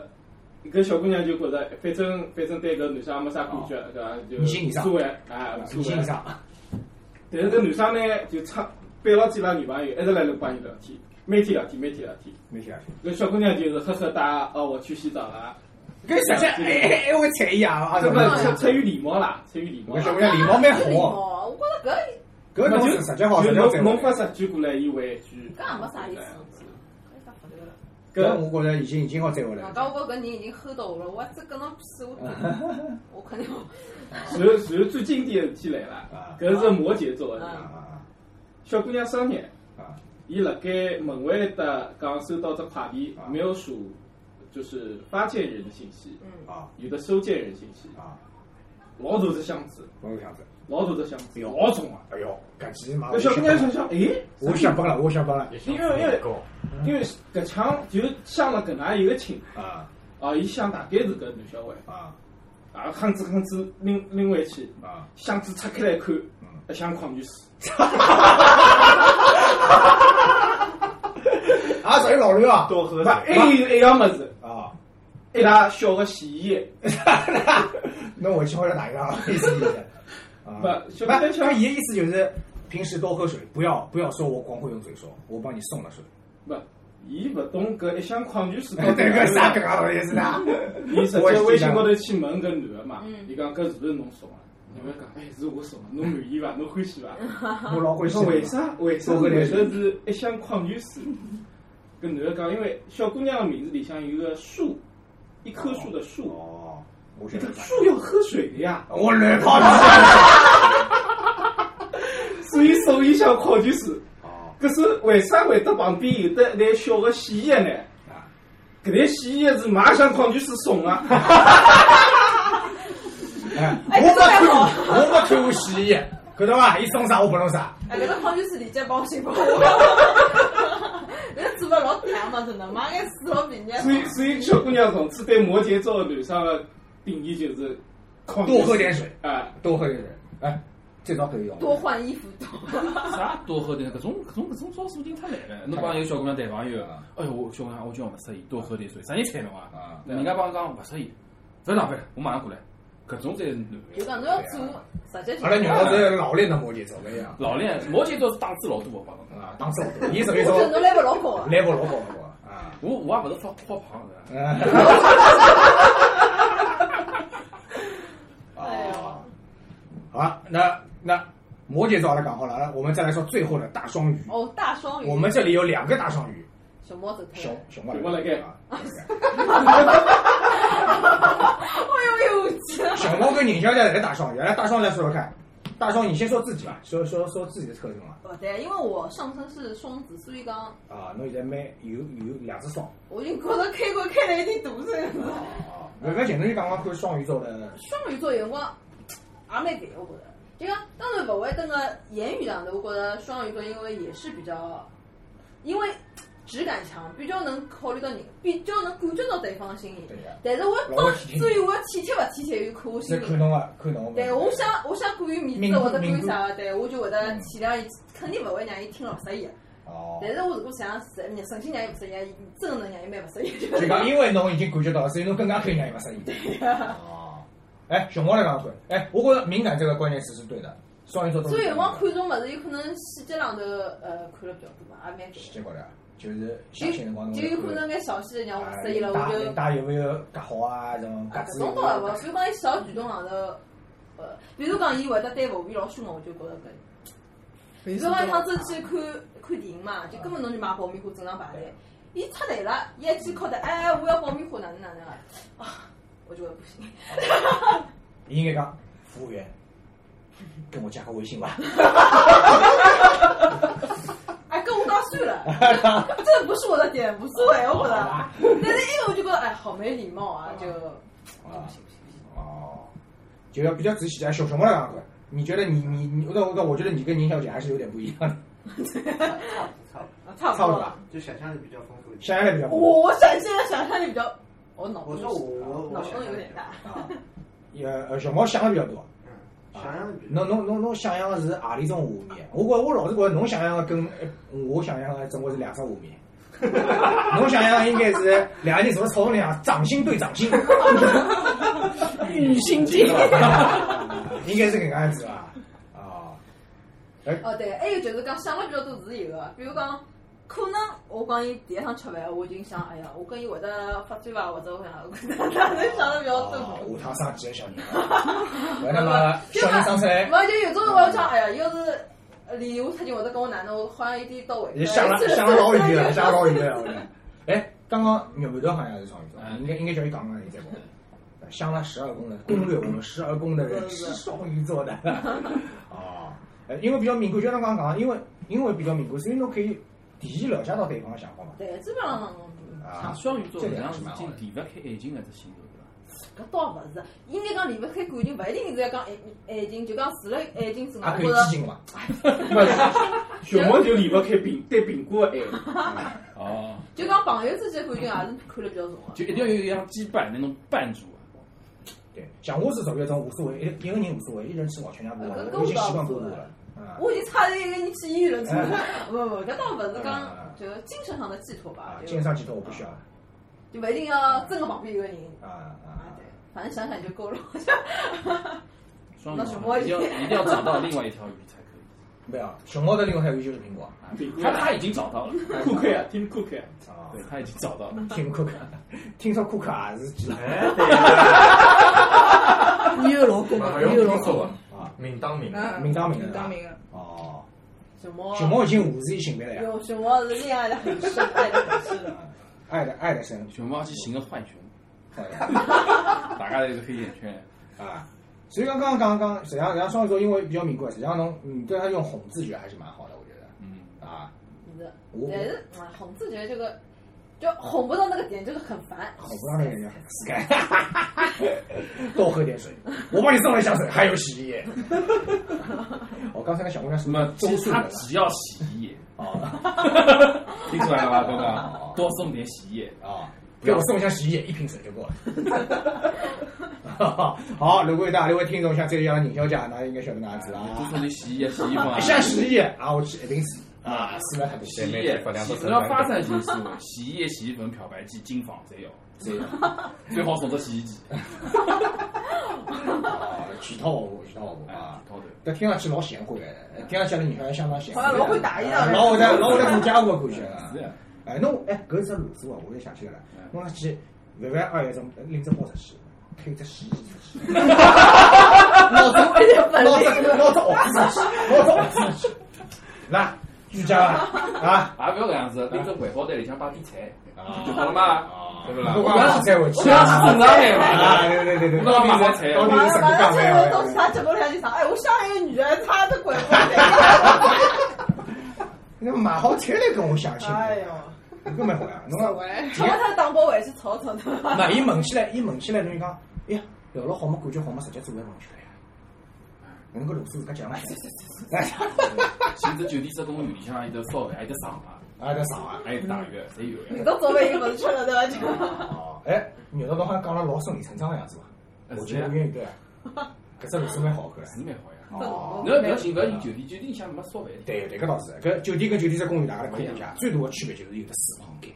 Speaker 10: 搿小姑娘就觉着，反正反正对搿男生也没啥感觉，对伐？就
Speaker 3: 你欣
Speaker 10: 无
Speaker 3: 赏
Speaker 10: 所谓，啊，无
Speaker 3: 你
Speaker 10: 所
Speaker 3: 欣
Speaker 10: 谓。
Speaker 3: 赏
Speaker 10: 但是搿男生呢，就唱背牢自家女朋友，一直辣辣帮伊聊天，每天聊天，每天聊天。
Speaker 3: 没听下去。
Speaker 10: 搿小姑娘就是呵呵哒，哦，我去洗澡啦，
Speaker 3: 跟实际哎哎会踩一样啊！
Speaker 10: 这
Speaker 3: 怎
Speaker 10: 不
Speaker 3: 么？
Speaker 10: 出出于礼貌啦，出于礼貌
Speaker 3: 我
Speaker 10: 啦。
Speaker 3: 小姑娘礼貌蛮
Speaker 5: 是礼
Speaker 3: 好，
Speaker 5: 貌，我觉着搿
Speaker 3: 搿
Speaker 10: 那
Speaker 3: 侬
Speaker 10: 就是
Speaker 3: 实际好，
Speaker 10: 就
Speaker 3: 实际好
Speaker 10: 侬
Speaker 3: 在。
Speaker 10: 侬发十句过来，伊回一句。
Speaker 5: 搿也没啥意思。啊搿有啥复杂的了？
Speaker 3: 搿
Speaker 10: 搿
Speaker 3: 我觉着已经已经好再回来
Speaker 5: 外
Speaker 3: 了。
Speaker 5: 加我觉搿人已经 hold 到我了，我还真跟侬屁事，
Speaker 10: <laughs>
Speaker 5: 我我肯定
Speaker 10: 然后然后最经典的事体来
Speaker 3: 啊
Speaker 10: 了，搿是摩羯座的
Speaker 5: 啊
Speaker 3: 啊啊
Speaker 10: 小姑娘生日。
Speaker 3: 啊
Speaker 10: 伊辣盖门外搭讲收到只快递
Speaker 3: 啊，
Speaker 10: 没有数就是发件人的信息，
Speaker 5: 嗯
Speaker 3: 啊啊
Speaker 10: 有的收件人信息，
Speaker 3: 啊！
Speaker 10: 老大只箱子，
Speaker 3: 我有想子，
Speaker 10: 老大只箱子，
Speaker 3: 哟
Speaker 10: 老重啊！
Speaker 3: 哎呦，搿其实嘛，
Speaker 10: 搿小姑娘想想，哎，
Speaker 3: 我想崩了，我想崩了
Speaker 10: 因为因为因为搿腔就想了搿能一个亲
Speaker 3: 啊
Speaker 10: 啊，伊想大概是搿男小孩，
Speaker 3: 啊
Speaker 10: 啊，哼哧哼哧拎拎回去，
Speaker 3: 啊！
Speaker 10: 箱子拆开来看
Speaker 3: 嗯，
Speaker 10: 一箱矿泉水，
Speaker 3: 啊，属于老刘啊，
Speaker 10: 多喝还有一样物事，
Speaker 3: 啊！
Speaker 10: 一沓小个洗衣液，
Speaker 3: 那我去好像哪一个啊？意思意思啊？
Speaker 10: 不小姑
Speaker 3: 不
Speaker 10: 娘
Speaker 3: 是，他
Speaker 10: 想
Speaker 3: 爷意思就是平时多喝水，不要不要说我光会用嘴说，我帮你送了水。
Speaker 10: 不，伊勿懂搿一箱矿泉水到
Speaker 3: <laughs> 那
Speaker 10: 底哪
Speaker 3: 个
Speaker 10: 里
Speaker 3: 啥
Speaker 10: 来
Speaker 3: 搿个意思啊？
Speaker 10: 伊直接微信高头去问搿男的嘛，伊讲搿是不是侬送的？男的讲，哎，是我送的，侬满意伐？侬欢喜伐？
Speaker 3: 我老
Speaker 10: 我
Speaker 3: 欢喜
Speaker 10: 说。为啥？为啥？
Speaker 3: 我跟你
Speaker 10: 为
Speaker 3: 说
Speaker 10: 啥是一箱矿泉水？跟男个讲，因为小姑娘的名字里向有个树，一棵树的树。哦，
Speaker 3: 我
Speaker 10: 这个树要喝水的呀。
Speaker 3: 我乱套的。
Speaker 10: 所以手里向考就是，可是为啥会得旁边有得一台小的洗衣液呢？搿台洗衣液是马上考就是送啊。
Speaker 3: 哎，我不看，我不看我洗衣液，看到伐？伊送啥我不弄啥。
Speaker 5: 哎，搿个好就是理解帮 <laughs> 我媳妇。搿做法老嗲嘛，真的，妈该死老便宜。
Speaker 10: 所以，所以小姑娘从此对摩羯座的男生的定义就是抗拒
Speaker 3: 多喝点水
Speaker 10: 啊，
Speaker 3: 多喝点水。哎，这招可以用。
Speaker 5: 多换衣服，多
Speaker 7: 啥多喝点，搿种搿种搿种招数已经太难了。侬帮有小姑娘谈朋友啊，哎哟，我小姑娘我叫勿适宜，多喝点水，啥人睬侬啊？人家帮我讲勿适宜，勿要浪费，我马上过来。搿种才是男
Speaker 5: 就讲侬要做，直接就。
Speaker 3: 阿拉肉老是老练的摩羯座，搿样。
Speaker 7: 老练摩羯座是档次老多，我帮侬讲
Speaker 3: 啊，档次老多。伊属于说
Speaker 5: 我觉得侬 level 老高啊
Speaker 3: level 老高了
Speaker 5: <laughs>
Speaker 3: 啊。
Speaker 7: 我我也勿是发发胖
Speaker 3: 的。
Speaker 5: 哎呀，
Speaker 3: 好啊，那那摩羯座阿拉讲好了，我们再来说最后的大双鱼。
Speaker 5: 哦，大双鱼。
Speaker 3: 我们这里有两个大双鱼，
Speaker 5: 熊猫走
Speaker 3: 熊熊猫
Speaker 10: 熊猫来盖啊！
Speaker 5: 哎呦，有气了。
Speaker 3: 小猫跟宁小姐也是大双鱼，来大双来说说看，大双你先说自己吧，说说说自己的特征吧。
Speaker 5: 不哦对，因为我上身是双子，所以讲
Speaker 3: 啊，侬现在蛮有有两只双，
Speaker 5: 我已经觉得开关开了一点大了。
Speaker 3: 勿勿简单，就讲讲看双鱼座的
Speaker 5: 双鱼座有辰光也蛮烦，我觉着。就讲当然勿会登个言语上头，我觉着双鱼座因为也是比较，因为质感强，比较能考虑到人，比较能感觉到对方的心意。但是我
Speaker 3: 老
Speaker 5: 当
Speaker 3: 会体贴
Speaker 5: 至于我要体贴勿体贴，有看我心
Speaker 3: 是
Speaker 5: 里。
Speaker 3: 看侬个看侬个。
Speaker 5: 对，我想我想过于嗯面子或嗯者过于啥个，对我就会得体谅伊，肯定勿会让伊听了勿适意个。
Speaker 3: 哦。
Speaker 5: 但是我如果想实诚心让伊勿适意，真个能让伊蛮勿适意。
Speaker 3: <laughs>
Speaker 5: <laughs>
Speaker 3: 就讲因为侬已经感觉到了，所以侬更加可以让伊勿适应。哦。哎，熊猫来讲看，哎，我觉着敏感这个关键词是对的，双鱼座都是
Speaker 5: 所以有辰光看重物事，有可能细节上头呃看了比较多嘛，也蛮烦的。
Speaker 3: 结果了，就是
Speaker 5: 就
Speaker 3: 相亲辰光侬
Speaker 5: 就有可能眼小细节让我
Speaker 3: 啊
Speaker 5: 适意了，我
Speaker 3: 打
Speaker 5: 就
Speaker 3: 打有没有夹好啊？这种夹
Speaker 5: 搿
Speaker 3: 子有
Speaker 5: 种
Speaker 3: 没
Speaker 5: 倒
Speaker 3: 有
Speaker 5: 勿，
Speaker 3: 夹
Speaker 5: 比如讲伊小举动上头，呃，比如讲伊会得对服务员老凶个，我就觉着搿。比如讲
Speaker 3: 啊
Speaker 5: 上次去看看电影嘛，就根本侬就买爆米花正常排队，伊出来了，伊还去敲头，哎，我要爆米花哪能哪能啊？啊，我就会不行。
Speaker 3: 你应该讲服务员，跟我加个微信吧。
Speaker 5: 哎，跟我讲算
Speaker 11: <laughs>
Speaker 5: 了，这不是我的点，无所谓，我觉得。但是因为我就觉得，哎，好没礼貌啊，就
Speaker 3: 啊，哦，就要比较仔细讲，小熊猫来讲看，你觉得你你你，那那我觉得你跟宁小姐还是有点不一样的，
Speaker 5: 啊差不
Speaker 3: 差不
Speaker 5: 多
Speaker 3: 多
Speaker 5: 了
Speaker 3: 吧。？
Speaker 11: 就想象力比较丰富一点。
Speaker 3: 想象力比较丰富，
Speaker 5: 我想现在想象力比较，我脑
Speaker 11: 我
Speaker 5: 洞
Speaker 11: 说我我
Speaker 5: 脑
Speaker 11: 我
Speaker 5: 洞
Speaker 11: 想象
Speaker 5: 有
Speaker 11: 力
Speaker 5: 点大。
Speaker 3: 也呃熊猫想的比较多。
Speaker 11: 想象力比较
Speaker 3: 侬侬侬侬想象的是何里种画面？我觉我老是觉得侬想象的跟呃我想象的总归是两只画面。 <laughs> 侬想象的应该是两个人什么吵成那样，掌心对掌心，
Speaker 4: 女性界，
Speaker 3: <laughs> 应该是搿个样子吧？啊，
Speaker 5: 哦，对，还有就是讲想了比较多是有个，比如讲，可能我讲伊第一趟吃饭，我已经想，哎呀，我跟伊会得发展伐，或者我想，我跟他想了比较
Speaker 3: 啊
Speaker 5: 多。
Speaker 3: 下趟生几个小人啊？那么小人生出来，
Speaker 5: 我就有种辰光想，哎呀，要是离我太近，或者跟我哪能，我好像有点到位。
Speaker 3: 你想了想了老远了，想了老远了，我讲。哎，刚刚牛头好像是双鱼座，应该应该叫伊讲讲你再讲。想了十二宫的，攻略我们十二宫的人嗯是双鱼 <laughs> 座的。哦，哎，因为比较敏感，就像刚刚讲，啊因为因为比较敏感，所以侬可以提前了解到对方的想法嘛。
Speaker 5: 对，基本上
Speaker 3: 啊，
Speaker 7: 双鱼座
Speaker 3: 这
Speaker 7: 实际
Speaker 3: 点
Speaker 7: 上
Speaker 3: 是
Speaker 7: 是
Speaker 3: 蛮好
Speaker 7: 进
Speaker 3: 的。
Speaker 7: 离不开爱情搿只星座，对伐？
Speaker 5: 搿倒勿是，应该讲离勿开感情，勿一定是要讲爱爱情，就讲除了爱情之
Speaker 3: 还
Speaker 5: 外，
Speaker 3: 可
Speaker 5: 我觉
Speaker 3: 以
Speaker 5: 着
Speaker 3: 激进嘛？
Speaker 10: 小猫就离不开苹对苹果的爱。
Speaker 7: 哦，
Speaker 5: 就讲朋友之间感情也是看了比较重啊。
Speaker 7: 就一定要有一样羁绊，那种绊住啊。
Speaker 3: 对，像我是属于一种无所谓，一一个人无所谓，一人吃饱全家不饿，我已经习惯过我了。啊，
Speaker 5: 我已经差点一个人去医院了，真的。
Speaker 3: 哎
Speaker 5: <laughs> 不不，搿倒勿是
Speaker 3: 啊
Speaker 5: 讲就精神上的寄托吧，就
Speaker 3: 经商啊几头我不需要。
Speaker 5: 就勿一定要真个旁边有个人，
Speaker 3: 啊啊，
Speaker 5: 反正想想就够了。
Speaker 7: 双
Speaker 5: 那熊猫
Speaker 7: 鱼一定要一定要找到另外一条鱼才可以。
Speaker 3: 没有，熊猫的另外还有就是苹果。
Speaker 7: 他他已经找到了，
Speaker 10: 库克啊，Tim Cook 啊，
Speaker 3: 啊，
Speaker 7: 对他已经找到了。
Speaker 3: 听库克，听说库克也是几
Speaker 9: 哎，对，
Speaker 4: 你有老公
Speaker 9: 勿
Speaker 4: 吗？
Speaker 9: 用
Speaker 4: 你有老
Speaker 9: 听
Speaker 4: 公
Speaker 9: 说
Speaker 4: 吗？
Speaker 9: 啊，明当明，
Speaker 4: 嗯，
Speaker 3: 明当明
Speaker 4: 明
Speaker 3: 的
Speaker 4: 当
Speaker 3: 啊
Speaker 4: 明的，
Speaker 3: 哦，
Speaker 5: 熊猫，
Speaker 3: 熊猫已经无视伊性别了呀，
Speaker 5: 有熊猫是恋爱的很深，爱的很深。
Speaker 3: <laughs> 爱的爱的深。
Speaker 7: 熊猫去寻个浣熊，大家侪是黑眼圈
Speaker 3: 啊。所以刚刚刚刚，实际上，实际上双鱼座因为比较敏感，实际上侬你对他用哄自觉还是蛮好的，我觉得。嗯啊，
Speaker 5: 是，但是啊，哄自觉这个就哄不到那个点，就是很烦。
Speaker 3: 哄不到那个人很死该。 <laughs> 多喝点水，我帮你送了一箱水，还有洗衣液。我刚才那小姑娘什么周岁
Speaker 7: 他
Speaker 3: 了？
Speaker 7: 只要洗衣液
Speaker 3: 啊，
Speaker 7: 听出来了吧，东东？多送点洗衣液
Speaker 3: 啊，给我送一箱洗衣液，一瓶水就够了。 <laughs> 好，如果有大六位听众像这样的营销家，那应该晓得哪子啊？
Speaker 7: 多送点洗衣液、洗衣服啊。
Speaker 3: 一箱洗衣液啊，我去一瓶水啊，死了还不
Speaker 7: <laughs> 洗衣液、洗主要发散性思维，洗衣液、洗衣粉、漂白剂、金纺侪有，
Speaker 3: 侪有，
Speaker 7: 最好送只洗衣机。
Speaker 3: 全套服务，全套服务啊，
Speaker 7: 套头。
Speaker 3: 但听上去老贤惠的，听上去你还相当贤惠
Speaker 5: 好
Speaker 3: 的，啊
Speaker 5: 像老会打一样的
Speaker 3: 老会
Speaker 5: <laughs>
Speaker 3: 打，老会打做家务的感觉
Speaker 7: 是呀
Speaker 3: 啊。哎，侬哎，搿只路子哦，我又想起来了，侬上去万万二一种拎只包出去，推只洗衣机出去，老子
Speaker 5: 哎呀
Speaker 3: <laughs>
Speaker 5: 本领
Speaker 3: 老子老子老子老子老子，那居家啊，
Speaker 7: 啊，不要搿样子，拎只环保袋里向摆点菜，就好了嘛，对不啦？
Speaker 3: 不光是菜回去，
Speaker 7: 不要是正常的嘛。
Speaker 3: 啊，对对对对，
Speaker 7: 到底是菜
Speaker 3: 到底
Speaker 5: 完
Speaker 3: 是什
Speaker 5: 了
Speaker 3: 么
Speaker 5: 完
Speaker 3: 岗
Speaker 5: 了，
Speaker 3: 位
Speaker 5: 这
Speaker 3: 啊
Speaker 5: 个？东西他整个下去想，哎，我下一个女人，她的鬼
Speaker 3: 那买好菜来跟我相亲， <laughs> 哎呀，搿蛮好呀，侬讲。
Speaker 5: 什么他当包回去炒炒的。
Speaker 3: 那伊问起来，伊问起来，侬就讲，哎呀，聊了好么？感觉好么？直接做来问起来呀。侬搿路数自家讲嘛？
Speaker 7: 寻只酒店、只公园里向，一只烧饭，一只上啊，
Speaker 3: 啊，只上啊，
Speaker 7: 还有大鱼，侪有
Speaker 5: 你
Speaker 7: 呀。
Speaker 5: 都做饭已经不是吃了对吧？这个
Speaker 3: 哎，牛头侬好像讲了老顺理成章的样子嘛？我觉得愿意对啊，搿只路数蛮好看，
Speaker 7: 是蛮好呀。
Speaker 3: 哦
Speaker 7: 你要不要寻，不要寻酒店，酒店里向没烧饭。
Speaker 3: 对对，搿倒是。搿酒店跟酒店只公园，大家来看一下，最大的区别就是有的私房间。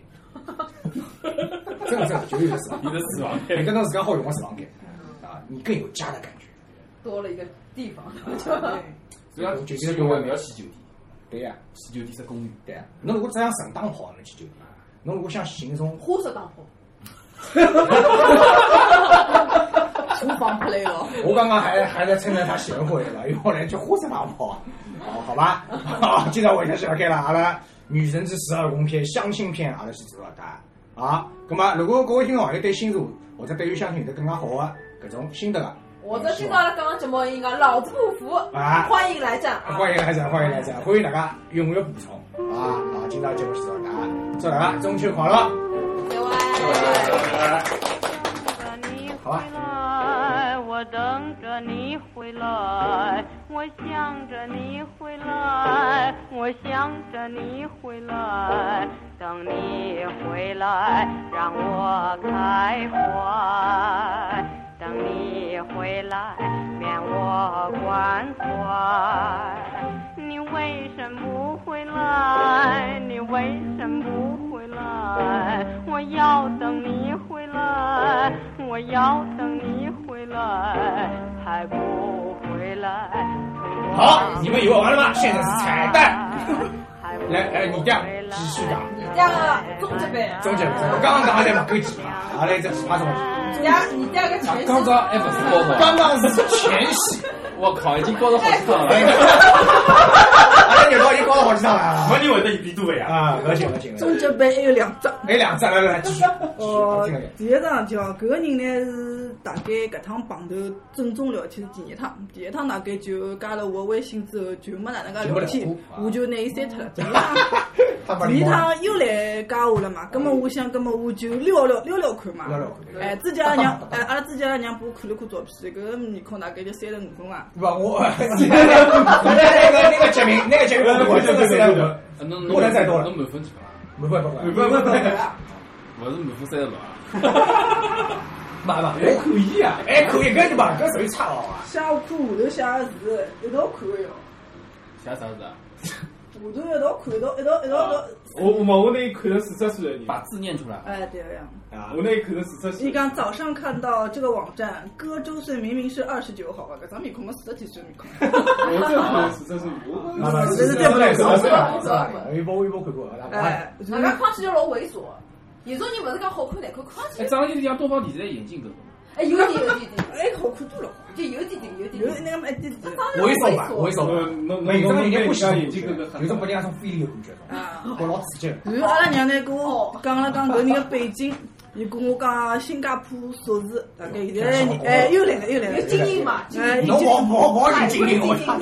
Speaker 3: 真的真的，就有的私房间。
Speaker 7: 有的私房间
Speaker 3: 你跟侬自家好用个私房间啊，你更有家的感觉。
Speaker 5: 多了一个地方， <laughs>
Speaker 7: 所以讲
Speaker 3: 酒
Speaker 7: 酒
Speaker 3: 店
Speaker 7: 店
Speaker 3: 的公
Speaker 7: 公
Speaker 3: 园
Speaker 7: 园不要去酒店，
Speaker 3: 对呀，
Speaker 7: 去酒店只公园。
Speaker 3: 对呀。侬如果只想神当跑，侬去酒店；侬如果想寻一种
Speaker 5: 花式当
Speaker 3: <laughs>
Speaker 5: <laughs> 铺，
Speaker 6: 厨房 play 了。
Speaker 3: <laughs> 我刚刚还还在称赞他贤惠了，因为我连去呼哧大跑。哦好，好吧， <laughs> 好，今朝我就小开了，阿拉女神之十二宫篇相亲篇，阿拉去做了答。好，咁么如果各位听众朋友对星座或者对于相亲有得更加好的搿种心得啊，
Speaker 5: 我这今朝阿拉讲节目应该老子不服，
Speaker 3: 啊
Speaker 5: 欢迎来战啊！
Speaker 3: 欢迎来者，欢迎来者，欢迎大家踊跃补充，好吧？好，今朝节目是到这，祝大家啊中秋快乐！好吧。
Speaker 12: 来，我等着你回来，我想着你回来，我想着你回来，等你回来让我开怀，等你回来免我关怀。你为什么不回来？你为什么不回来？我要等你回来，我要等你回来，还不回来？
Speaker 3: 好，你们以为完了吗？现在是彩
Speaker 5: <laughs>
Speaker 3: 蛋，来，哎，你讲，继续讲，
Speaker 5: 你家个中级班啊，
Speaker 3: 中间我刚刚讲的嘛，够奇葩，阿拉这奇葩什么？
Speaker 5: 你家你家个全
Speaker 7: 刚刚还不是高考，
Speaker 3: 刚刚是前戏，
Speaker 7: 我靠，已经高了好几趟了。
Speaker 3: 哎，牛头已经高了好几趟了，
Speaker 8: 没人会得一边多的呀。
Speaker 3: 啊，不要紧，不要紧，
Speaker 6: 中级班还有两只。
Speaker 3: 还有两只，来来来，继续，
Speaker 6: 哦
Speaker 3: 继续，
Speaker 6: 第一趟讲，搿个人呢是大概搿趟碰头正宗聊天是第二趟，第一趟大概就加了我微信之后就没啊哪能介聊天，我就拿伊删脱了。第二趟。 <laughs>
Speaker 3: 他把
Speaker 6: 第
Speaker 3: 你
Speaker 6: 二趟又来加我了嘛，葛么我想，葛么我就聊聊聊聊看嘛
Speaker 3: 聊聊看。对
Speaker 6: 哎，自家娘， <laughs> 哎，阿拉自家娘拨我看了看照片，搿个面孔大概就三十五分伐。
Speaker 3: 不，我那个那个杰明，那个杰明，我真的是
Speaker 7: 侬
Speaker 3: 不能再多了
Speaker 7: 侬，满分几分啊？
Speaker 3: 不不不
Speaker 7: 满
Speaker 3: 不
Speaker 7: 分
Speaker 3: 不不，
Speaker 7: 我是满分三十六啊。
Speaker 3: 妈妈，还可以啊，还可以，搿对吧？搿属于差哦啊，
Speaker 6: 写我看下头写个字一道看个哟，
Speaker 7: 写啥字啊？
Speaker 6: 下头一道看一道一道一道一道。
Speaker 8: 我我嘛，我那看成四十岁的人，
Speaker 7: 把字念出来。
Speaker 6: 哎，对个呀。
Speaker 3: 啊
Speaker 8: 我那看成四十岁。
Speaker 6: 你刚早上看到这个网站，哥周岁明明是二十九，好吧，搿张面孔嘛四十几岁面孔。
Speaker 8: 我这可能是真是我
Speaker 3: 妈妈，是是是吧？微博微博看过，
Speaker 6: 哎，
Speaker 5: 人家看起就老猥琐。有种人不是讲好看难看，看起
Speaker 7: 哎，
Speaker 5: 来
Speaker 7: 长得就是像东方电视台眼镜搿种。
Speaker 5: 哎有点有点有点，
Speaker 6: 哎好看多了。
Speaker 5: 就有点点有点
Speaker 6: 有
Speaker 5: 点。
Speaker 6: 那个嘛，一点点
Speaker 5: 长
Speaker 3: 我一手吧，我一手吧。每种人家欢喜
Speaker 10: 侬
Speaker 3: 有就是拨人家种 feel 感觉，觉老刺激。
Speaker 6: 然后阿拉娘呢跟我讲了讲搿人的背景，伊跟我讲新加坡硕士，大概现在哎又来了又来了，
Speaker 5: 有精英嘛
Speaker 6: 哎，
Speaker 5: 侬
Speaker 6: 已经
Speaker 5: 勿勿勿是精英我操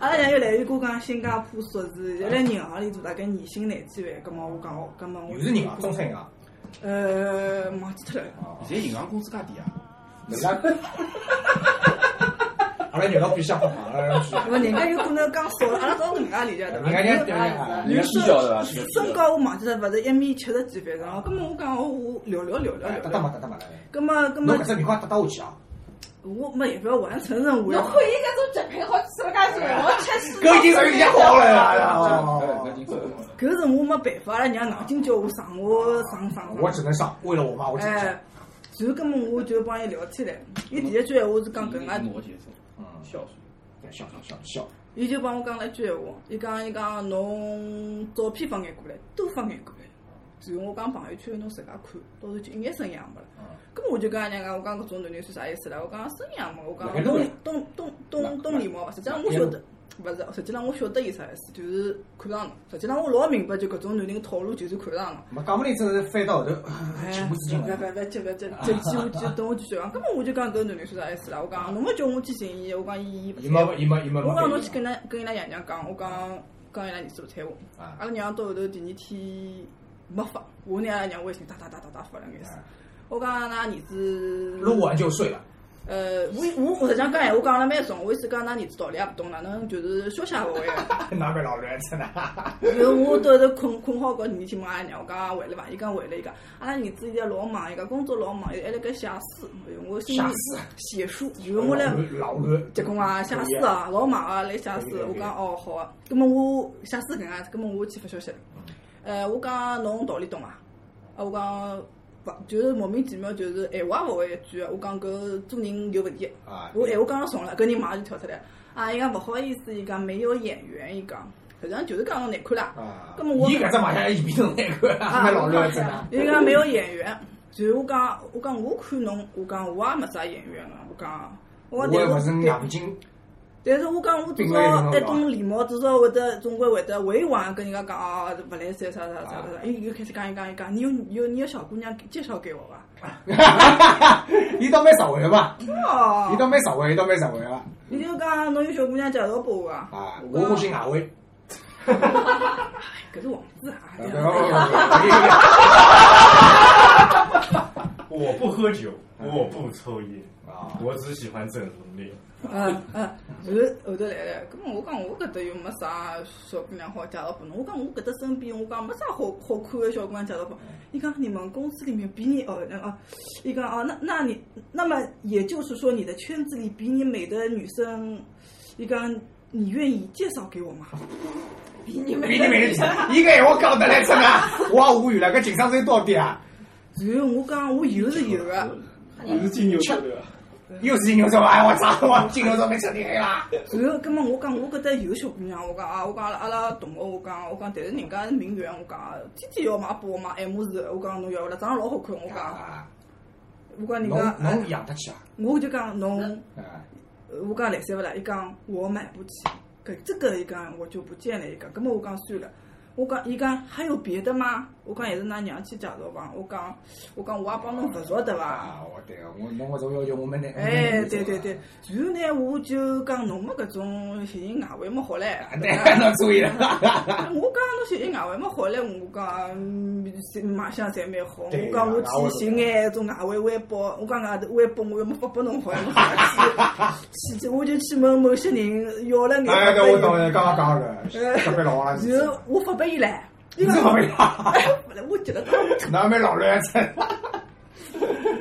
Speaker 6: 阿拉娘又来伊跟我讲新加坡硕士，现在银行里头大概年薪廿几万，葛末我讲我，葛末我
Speaker 3: 又是银行，中啊山银行。
Speaker 6: 呃，忘记脱了。
Speaker 7: 现在银行工资介低啊？
Speaker 3: 没啥。阿拉肉到比相 <laughs> 好嘛，阿拉去。
Speaker 6: 我人家有可能讲少了，阿拉早人家理解对伐？
Speaker 3: 人家对人家
Speaker 6: 身
Speaker 3: 计较对伐
Speaker 6: 身高我忘记了，勿是一米七十几分，然后葛末我讲我我聊聊聊聊
Speaker 3: 搭搭
Speaker 6: 聊聊，
Speaker 3: 哎嘛搭搭嘛。
Speaker 6: 葛末葛末
Speaker 3: 侬搿只情况搭搭下去啊？
Speaker 6: 我没办法，我还承认我
Speaker 5: 侬看伊搿种脚配好吃了介多，我吃死。
Speaker 3: 搿已经属于人家好了呀！
Speaker 7: 哎
Speaker 6: 搿是我没办法，阿拉娘硬劲叫我上，我上上上。
Speaker 3: 哎我只能上，为了我妈，我只能上。
Speaker 6: 哎，然后葛末我就帮伊聊起来，伊第一句闲话是讲搿能介，
Speaker 3: 嗯，
Speaker 6: 孝顺，
Speaker 3: 笑笑笑笑。
Speaker 6: 伊就帮我讲了一句闲话，伊讲伊讲侬照片发眼过来，都发眼过来。然后我讲朋友圈侬自家看，到时候就一眼声音也没了。咁我就跟阿娘讲，我讲搿种男人算啥意思啦？我讲声音也没，我
Speaker 3: 辣盖弄
Speaker 6: 讲懂
Speaker 3: 你
Speaker 6: 懂懂懂懂礼貌伐？实际上我晓得，勿是，实际上我晓得伊啥意思，就是看上侬。实际上我老明白，就搿种男人套路就是看上侬。
Speaker 3: 没讲不定真是翻到后头，
Speaker 6: 哎
Speaker 3: 情不自禁
Speaker 6: 勿
Speaker 3: 了。
Speaker 6: 勿勿急勿急，急急我就等我继续讲。根本我就讲搿男人算啥意思啦？我讲侬没叫我去寻伊，我讲伊
Speaker 3: 伊没伊没伊没
Speaker 6: 我
Speaker 3: 没
Speaker 6: 讲侬
Speaker 3: 对
Speaker 6: 去跟㑚跟伊拉爷娘讲，我讲讲伊拉儿子勿睬我。阿拉娘到后头第二天没发，我拿阿拉娘微信哒哒哒哒哒发了眼事。我讲㑚儿子
Speaker 3: 录完就睡了。 <laughs>
Speaker 6: 呃，我我我实际上讲闲话讲了蛮重，我意思讲㑚儿子道理也勿懂，哪能就是消息也勿会啊。
Speaker 3: 哪个老人真的？
Speaker 6: 然后我到头困困好觉，第二天问阿拉娘，我讲回来伐？伊讲回来，伊讲阿拉儿子现在老忙，伊讲工作老忙，还辣盖写书。哎呦，我心里
Speaker 3: 写书
Speaker 6: 写书，然后我来
Speaker 3: 老乱，
Speaker 6: 结棍
Speaker 3: 嗯
Speaker 6: 啊，写书啊，老忙啊，来写书。我讲哦好啊，葛么我写书搿能介，葛么我去发消息。
Speaker 3: 嗯
Speaker 6: 呃，我讲侬道理懂伐？啊，我讲勿，就是莫名其妙，就是闲话也勿会一句。啊我讲搿做人有问题。
Speaker 3: 啊
Speaker 6: 我闲话讲了重了，搿人马上就跳出来。啊，伊讲勿好意思，伊讲没有眼缘，伊讲实际上就是讲侬难看啦。
Speaker 3: 啊
Speaker 6: 葛么我
Speaker 3: 伊搿只马上一比侬难看，
Speaker 6: 啊，
Speaker 3: 蛮老乱真
Speaker 6: 啊
Speaker 3: 的。
Speaker 6: 伊讲没有眼缘，然后我讲，我讲我看侬，我讲我也没啥眼缘啊，我讲，
Speaker 3: 我
Speaker 6: 我
Speaker 3: 也
Speaker 6: 讲
Speaker 3: 勿
Speaker 6: 但
Speaker 3: 是
Speaker 6: 是
Speaker 3: 硬劲，
Speaker 6: 但是我讲我至
Speaker 3: 并没有
Speaker 6: 少
Speaker 3: 那
Speaker 6: 还
Speaker 3: 种
Speaker 6: 懂礼貌，至少会得总归会得委婉跟人家讲啊，勿来三啥啥啥
Speaker 3: 啊
Speaker 6: 啥啥。伊又开始讲，伊讲伊讲，你有你有你有小姑娘介绍给我伐？
Speaker 3: <laughs> 伊倒蛮实惠的嘛，伊
Speaker 6: 哦，
Speaker 3: 倒蛮实惠，伊倒蛮实惠的。
Speaker 6: 伊就讲侬有小姑娘介绍拨我啊。
Speaker 3: 啊，我欢喜外汇。
Speaker 6: 搿是王子啊！
Speaker 3: 哦
Speaker 6: <laughs>
Speaker 8: 我不喝酒，我不抽烟，
Speaker 3: 哦
Speaker 8: 我只喜欢正能量。
Speaker 6: 嗯嗯，后头后头来了，咁么我讲我搿搭又没啥小姑娘好介绍拨侬，我讲我搿搭身边我讲没啥好好看的小姑娘介绍拨，伊讲你们公司里面比你哦那啊，伊讲哦那那你那么也就是说你的圈子里比你美的女生，伊讲你愿意介绍给我吗？
Speaker 5: 比你
Speaker 3: 比你美伊搿闲话讲得来真的，我也无语了。搿情商只有到底啊？
Speaker 6: 然后我讲我有是有啊，
Speaker 3: 又是金牛座对伐？又是金牛座吧？哎我操！我金牛座蛮吃力的啦。
Speaker 6: 然后，葛末我讲，我搿搭有小姑娘，我讲啊，我讲阿拉阿拉同学，我讲我讲，但是人家是名媛，我讲啊天天要买包买爱马仕，我讲侬要勿啦，长得老好看，我讲，我讲人
Speaker 3: 啊侬
Speaker 6: 家，
Speaker 3: 侬养得起啊？
Speaker 6: 我就讲侬，
Speaker 3: 啊，
Speaker 6: 呃我讲来三勿啦，伊讲我买不起，搿这个伊讲我就不见了，伊讲，葛末我讲算了。我讲，伊讲还有别的吗？我讲也是㑚娘去介绍伐？我讲，我讲我也帮侬勿熟对伐？
Speaker 3: 啊，我对个，我侬搿种要求我们呢？
Speaker 6: 哎，对对对，然后呢，我就讲侬没搿种吸引外围没好嘞。
Speaker 3: <laughs> 啊对 <laughs> 侬注意了
Speaker 6: 啊我讲侬吸引外围没好嘞，我讲嗯卖相侪蛮好。
Speaker 3: 对
Speaker 6: 我讲我
Speaker 3: 外围
Speaker 6: 去寻眼种外围微博，我讲外头微博我又没发拨侬好，我讲去去，我就去问某些人要了眼。
Speaker 3: 哎，对，我懂了，刚刚讲了，特别老了。
Speaker 6: 然后我发拨伊唻，
Speaker 3: 你怎么没
Speaker 6: <laughs>
Speaker 3: 啦？
Speaker 6: 我觉得。
Speaker 3: 那蛮老了，真的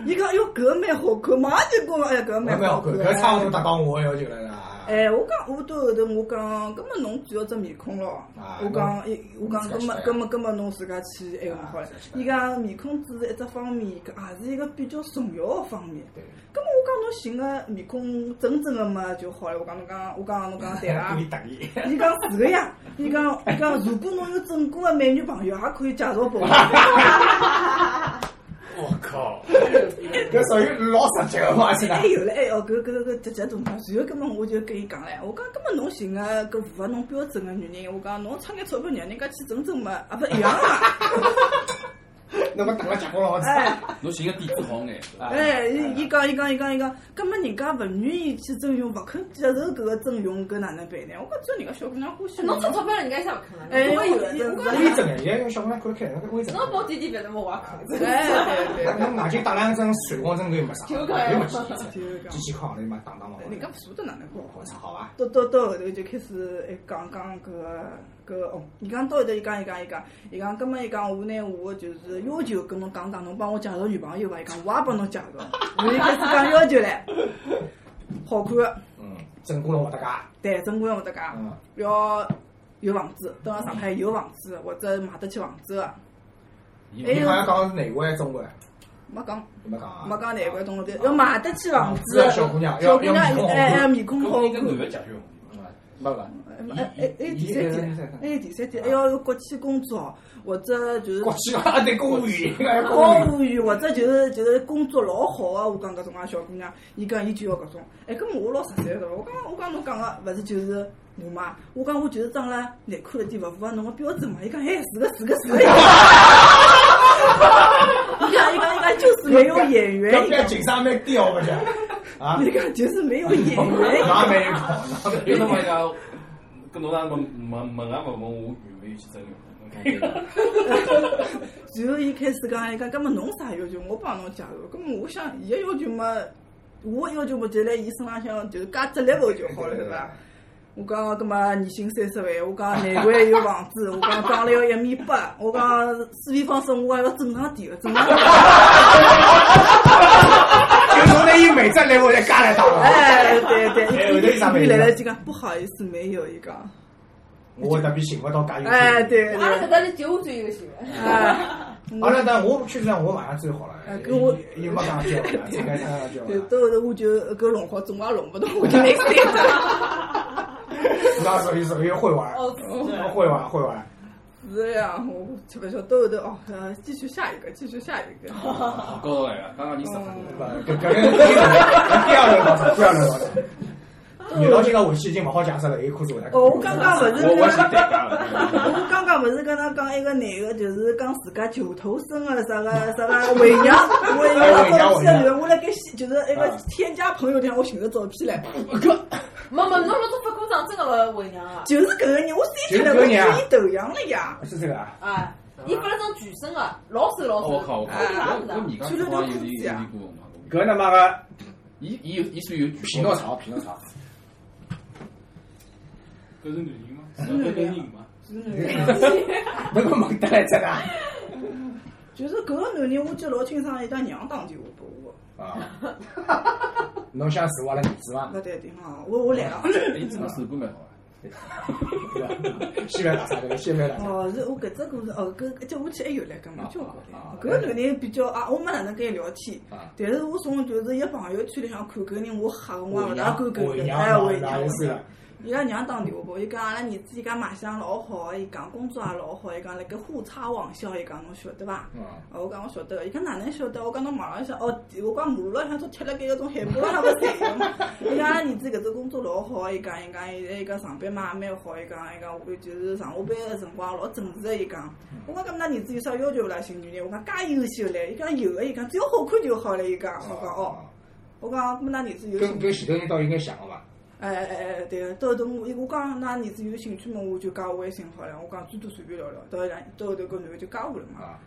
Speaker 6: 伊讲哟搿蛮好看，马上就跟我哎搿
Speaker 3: 蛮
Speaker 6: 蛮
Speaker 3: 好
Speaker 6: 好
Speaker 3: 看。
Speaker 6: 看。
Speaker 3: 搿差勿多达到我的要求了啦。
Speaker 6: 哎，我讲，我到后头我讲，葛末侬只要只面孔咯。我讲，伊我讲，葛末葛末葛末侬自家去埃个嘛好了。伊讲面孔只是一只方面，搿也是一个比较重要个方面。葛末我讲侬寻个面孔正正个嘛就好了。我讲侬讲，我讲侬讲对
Speaker 3: <laughs>
Speaker 6: 伐？
Speaker 3: 故意得意。
Speaker 6: 伊讲是个呀，伊讲伊讲，如果侬有正规个美女朋友，也可以介绍拨我。
Speaker 3: 我靠！
Speaker 9: 靠！
Speaker 3: 搿属于老实际个嘛，是伐
Speaker 6: 哎？有嘞，哎哦，搿搿搿积极动作。然后，葛末我就跟伊讲唻，我讲，葛末侬寻个搿符合侬标准个女人，我讲侬出眼钞票让人家去整整嘛，啊不一样嘛。
Speaker 3: 那么打了结棍了，
Speaker 6: 哎
Speaker 7: 侬寻个底子好眼。
Speaker 6: 哎，伊伊讲伊讲伊讲伊讲，葛末人家勿愿意去征用，勿肯接受搿个征用，搿哪能办呢？我讲只要人家小姑娘欢喜
Speaker 5: 侬出钞票人家想肯了，
Speaker 6: 哎
Speaker 5: 侬会有的。
Speaker 6: 我
Speaker 5: 我
Speaker 3: 微整哎，现在用小姑娘看得开，那个微整。
Speaker 5: 侬包弟弟别那么挖坑，真
Speaker 3: 那
Speaker 5: 的。
Speaker 3: 那外景打两针，水光针对没啥，
Speaker 5: 就
Speaker 3: 又
Speaker 5: 搿
Speaker 3: 没
Speaker 5: 样
Speaker 3: 几几几块行钿嘛，打打嘛。
Speaker 6: 人家勿舍得哪能搞。
Speaker 3: 我操，好伐？
Speaker 6: 到到到后头就开始哎讲讲搿个搿个哦，伊讲到后头伊讲伊讲伊讲，伊讲葛末伊讲我拿我就是要求跟侬讲讲，侬帮我介绍女朋友伐？伊讲我也帮侬介绍，我就开始讲要求唻，好看个，
Speaker 3: 嗯，整过了我大家。
Speaker 6: 对，正规勿搭界，
Speaker 3: 嗯，
Speaker 6: 要有房子，蹲辣上海有房子或者买得起房子个，
Speaker 3: 你好像讲的是内环还是中环？
Speaker 6: 没讲。
Speaker 3: 没讲啊。
Speaker 6: 没讲难怪懂了，对，要买得起房子
Speaker 3: 是啊，小姑娘要
Speaker 6: 小姑娘
Speaker 3: 要面孔好看
Speaker 6: 哎哎面孔好
Speaker 7: 搿
Speaker 6: 看
Speaker 7: 男，个解决问题，
Speaker 3: 没伐？
Speaker 6: 哎哎哎，第三点，还有第三点，还要有国企工作，或者就是
Speaker 3: 国企啊对公务员哎公务员
Speaker 6: 公务员，或者就是就是工作老好个，我讲搿种啊小姑娘，伊讲伊就要搿种，哎，搿么我老实在的，我讲我讲侬讲个勿是就是我嘛，我讲我就是长了难看了点，勿符合侬个标准嘛，伊讲哎是个是个是个，伊讲伊讲伊讲就是没有眼缘，
Speaker 3: 搿边情商蛮低哦，勿是？啊，
Speaker 6: 那个就是没有演员，
Speaker 3: 哪没有跑？
Speaker 7: 有辰光伊讲，搿侬哪能没没也勿问我愿勿愿意去征用？
Speaker 6: 然后伊开始讲，伊讲，葛么侬啥要求？我帮侬介绍。葛么我想，伊个要求嘛，我的要求嘛，就辣伊身浪向就是价值 level 就好了，对伐？我讲，葛么年薪三十万，我讲难怪有房子，我讲长了要一米八，我讲思维方式我还要正常点，正常点。
Speaker 3: 就侬拿伊每只来我来加来打了。
Speaker 6: 哎，对对，
Speaker 3: 后头有啥
Speaker 6: 伊
Speaker 3: 办
Speaker 6: 来了
Speaker 3: 法？
Speaker 6: 就讲不好意思，没有一个。
Speaker 3: 我特别寻勿到加油。
Speaker 6: 哎，对
Speaker 5: 阿拉搿
Speaker 6: 对。
Speaker 5: 搭是就我最优秀的。
Speaker 6: 啊，
Speaker 3: 阿拉呢，我确实上我马上最好了，
Speaker 6: 哎跟我
Speaker 3: 又没讲交了，应该讲交
Speaker 6: 对
Speaker 3: 了，，
Speaker 6: 到后头我就搿弄好，总也弄勿动，我就来三了。
Speaker 3: 那属于属于会玩，会玩会玩。
Speaker 6: 是呀，我吃不消到后头哦，呃继续下一个，继续下一个。哦
Speaker 7: 高头来个，刚刚你十分
Speaker 3: 钟。搿搿个第二轮老师，第二轮老师，你到今个回去已经勿好解释了，有可是我来。
Speaker 6: 哦，我刚刚勿是
Speaker 3: 我我是
Speaker 6: 跟
Speaker 3: 对的。
Speaker 6: 我刚刚勿是跟他讲一个男个，就是讲自家求头生个啥个啥个伪娘，我一
Speaker 3: 哎伪
Speaker 6: 个
Speaker 3: 娘
Speaker 6: 照
Speaker 3: 伪
Speaker 6: 片，
Speaker 3: 娘
Speaker 6: 然后我辣盖就是一个添加朋友圈，我寻个照片来，搿
Speaker 5: 没没，侬老早发过张真个老为娘啊！
Speaker 6: 就是搿个人，我删脱了，
Speaker 3: 就
Speaker 6: 我
Speaker 3: 是搿个人啊
Speaker 6: 注意头像了呀。
Speaker 3: 是这个啊？
Speaker 5: 啊，伊发了张全身个，老瘦老瘦。
Speaker 7: 哦我靠！我靠！
Speaker 5: 啊
Speaker 7: 我面讲光有点有点过分嘛。
Speaker 3: 搿他妈个，
Speaker 7: 伊伊有伊算有皮
Speaker 3: 皮闹
Speaker 13: 啊
Speaker 3: 场，皮闹场。
Speaker 10: 搿是男人吗？
Speaker 6: 是男人
Speaker 10: 吗？
Speaker 6: 是男人啊
Speaker 3: 侬搿蒙得来着啦？
Speaker 6: 就是搿个男人，我记得老清爽，伊拉娘打电话拨我，
Speaker 3: 啊，侬想是我拉儿子伐？
Speaker 6: 勿对顶啊，我我来了。
Speaker 7: 伊真个
Speaker 13: 啊
Speaker 7: 手感蛮好。
Speaker 13: <laughs>
Speaker 3: 西班牙啥个？西班牙。
Speaker 6: 哦，是我搿只故事哦，搿搿接下去还有来搿么交关
Speaker 3: 啊
Speaker 6: 唻。搿个男人比较啊，我没哪能跟伊聊天，但是我从就是伊朋友圈里向看搿个人，我吓我也勿大敢跟
Speaker 3: 伪
Speaker 6: 搿
Speaker 3: 娘
Speaker 6: 哎
Speaker 3: 伪
Speaker 6: 伪
Speaker 3: 娘
Speaker 6: 娘
Speaker 3: 也是的。啊
Speaker 6: 伊拉娘打电话拨我，伊讲阿拉儿子伊讲卖相老好，伊讲工作也老好，伊讲辣盖花叉网销，伊讲侬晓得伐？
Speaker 3: 嗯。
Speaker 6: 哦，我讲我晓得，伊讲哪能晓得？我讲侬网浪向哦，我讲马路浪向都贴了盖搿种海报浪向勿是有嘛？伊讲阿拉儿子搿只工作老好，伊讲伊讲现在伊讲上班嘛也蛮好，伊讲伊讲我就是上下班个辰光老准时，伊讲。我讲搿么㑚儿子有啥要求勿啦？新女人，我讲介优秀唻，伊讲有个，伊讲只要好看就好了，伊讲。我讲哦，我讲搿么㑚儿子有
Speaker 3: 跟
Speaker 6: 兴
Speaker 3: 跟
Speaker 6: 趣？
Speaker 3: 前头人倒应该像个伐？
Speaker 6: 哎哎哎哎，对个，到后头我我讲㑚儿子有兴趣嘛，我就加我微信好了，我讲最多随便聊聊，到后头到后头搿男个就加我了嘛。
Speaker 3: 啊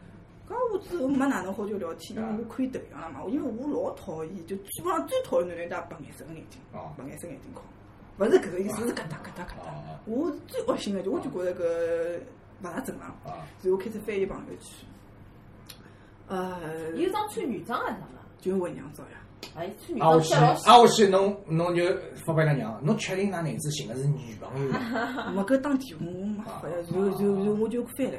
Speaker 6: 搿我之后没哪能好就聊天，因为我看头像了嘛，因为我老讨厌，就基本上最讨厌男人戴白颜色个眼镜，白颜色眼镜框，勿是搿个意思，是搿搭搿搭搿搭。
Speaker 3: 啊
Speaker 6: 我最恶心个就我就觉着搿勿大正常，
Speaker 3: 啊
Speaker 6: 然后开始翻伊朋友圈，呃，
Speaker 5: 伊有张穿女装个是啥啦？
Speaker 6: 就是伪娘照呀。
Speaker 5: 哎，穿女
Speaker 3: 啊，我
Speaker 5: 装
Speaker 3: 去，
Speaker 5: 穿老
Speaker 3: 啊，我去，侬侬就发给他娘，侬确定㑚儿子寻的是女朋
Speaker 6: <laughs>
Speaker 3: 友吗？ <laughs>
Speaker 6: 没搿打电话我没发呀，然后然后然后我就翻了。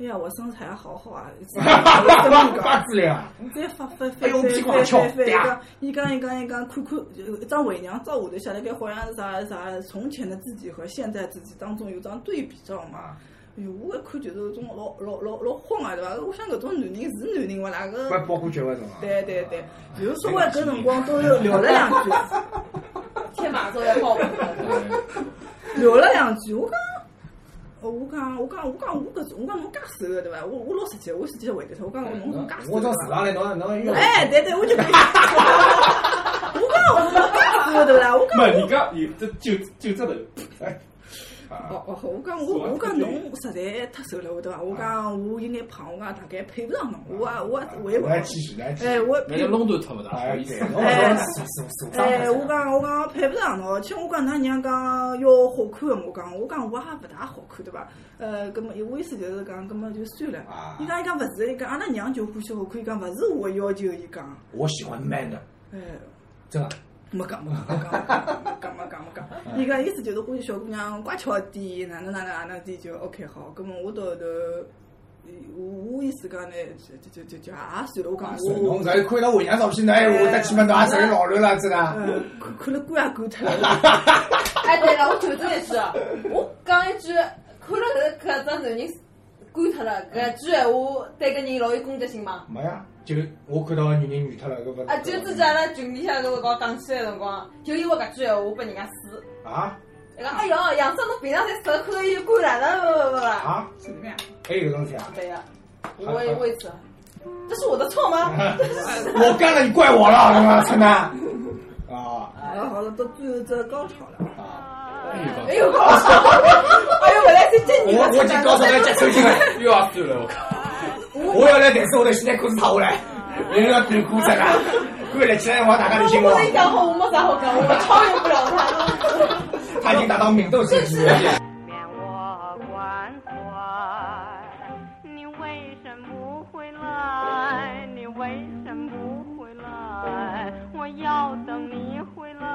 Speaker 6: 哎呀，我身材好好啊！
Speaker 3: 发资料啊！
Speaker 6: 你再发发发
Speaker 3: 哎呦屁股还
Speaker 6: 发
Speaker 3: 翘
Speaker 6: 发发！
Speaker 3: 对啊
Speaker 6: 伊讲伊讲伊讲，看看就一张伪娘照下头写了该好像是啥啥从前的自己和现在自己当中有张对比照嘛。哎哟，我一看就是搿种老老老老慌啊，对伐？我想搿种男人是男人伐？哪个？
Speaker 3: 关包括结婚是伐？
Speaker 6: 对对对，然后稍微搿辰光都有聊了两句，
Speaker 5: 天马座要爆棚了。
Speaker 6: 聊了两句，我讲，哦我讲，我讲，我讲，我搿种，我讲侬介瘦个对伐？我我老直接，我直接回答他，我讲我侬介瘦
Speaker 3: 我
Speaker 6: 个
Speaker 3: 从。市场来，侬侬又
Speaker 6: 哎，对对，我就我讲我讲我对不啦？我
Speaker 13: 没，人家有这就就这头，哎，
Speaker 6: 哦哦，我讲我我讲侬实在太瘦了，对伐？我讲我有眼胖，我讲大概配不上侬，我啊我啊我也
Speaker 3: 我还继续来继续。
Speaker 6: 哎，我
Speaker 7: 那个弄断脱勿大，
Speaker 3: 哎
Speaker 7: 好意
Speaker 3: 对
Speaker 7: 思，。
Speaker 3: 侬搿种受受受伤
Speaker 6: 哎，
Speaker 3: 害
Speaker 6: 我讲我讲配不上侬，而且我讲㑚娘讲要好看的，我讲我讲我也勿大好看，对伐？呃，葛么我意思就是讲，葛么就算了。伊讲伊讲勿是，伊讲阿拉娘就欢喜好看，伊讲勿是我的要求，伊讲。
Speaker 3: 我喜欢 man 的，
Speaker 6: 哎，
Speaker 3: 真的。
Speaker 6: 没讲没讲没讲没讲没讲，伊讲意思就是欢喜小姑娘乖巧点，哪能哪能哪能点就 OK 好。葛么我到后头，我我意思讲呢，就就就就也算了，我讲
Speaker 3: 啊算
Speaker 6: 我。
Speaker 3: 侬搿一看到回娘照片，哎侬还会得去嘛？侬也受扰乱了，真的。
Speaker 6: 嗯看看了干也干脱了。
Speaker 5: 哎，对了，我纠正一句啊，我讲一句，看了搿搿只男人干脱了，搿句闲话对搿人老有攻击性吗？
Speaker 3: 没呀，就我看到个女人软脱了，搿勿是
Speaker 5: 啊，就之前阿拉群里向跟我讲起来的辰光，就因为搿句闲话被人家撕。
Speaker 3: 啊
Speaker 5: 伊讲，哎哟，杨生侬平常侪手看到伊就干了，勿勿勿啦。
Speaker 3: 啊，
Speaker 6: 是这样。
Speaker 3: 还有搿种事啊？
Speaker 5: 对呀，我也为此，这是我的错吗？
Speaker 3: 我干了，你怪我了，他妈真的。啊，
Speaker 6: 好了好了，到最后这高潮了。
Speaker 5: 哎呦，高潮！哎呦，我来这这你
Speaker 3: 我我已经高潮要接抽筋了，
Speaker 7: <laughs> 又要算了，我靠！
Speaker 3: 我要来，但是我的现在裤子脱下来，因为要短裤子啊，看了起来我大家
Speaker 5: 我
Speaker 3: 都心
Speaker 5: 我跟你
Speaker 3: 慌，
Speaker 5: 讲好，我没啥啊好讲，我超越不了他。
Speaker 3: 他已经达到敏斗时期了。
Speaker 10: 你为什么不回来？你为什么不回来？我要等你回来，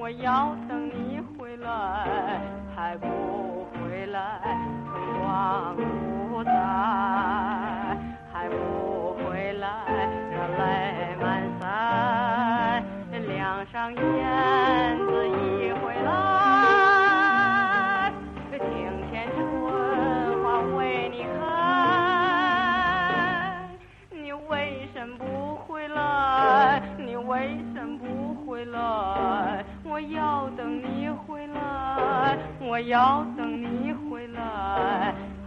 Speaker 10: 我要等你回来，还不回来，春光不再，还不回来，热泪满腮，两上燕子一回来，庭前春花为你开。你为什么不回来？你为什么不回来？我要等你回来，我要等你回来，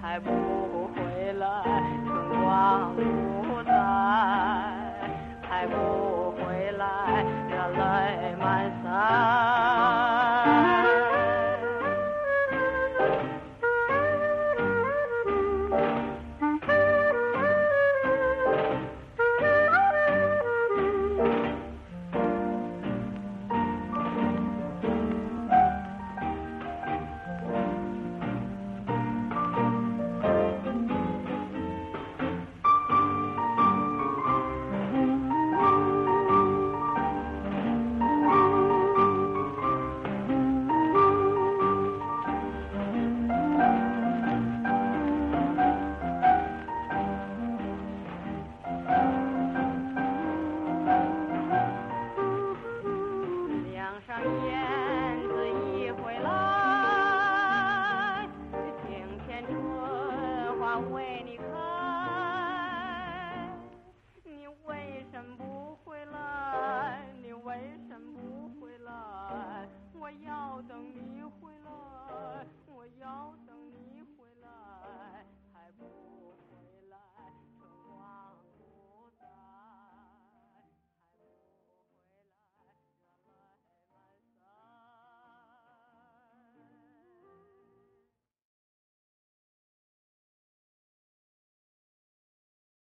Speaker 10: 还不回来，春光不再，还不回来，热泪满腮。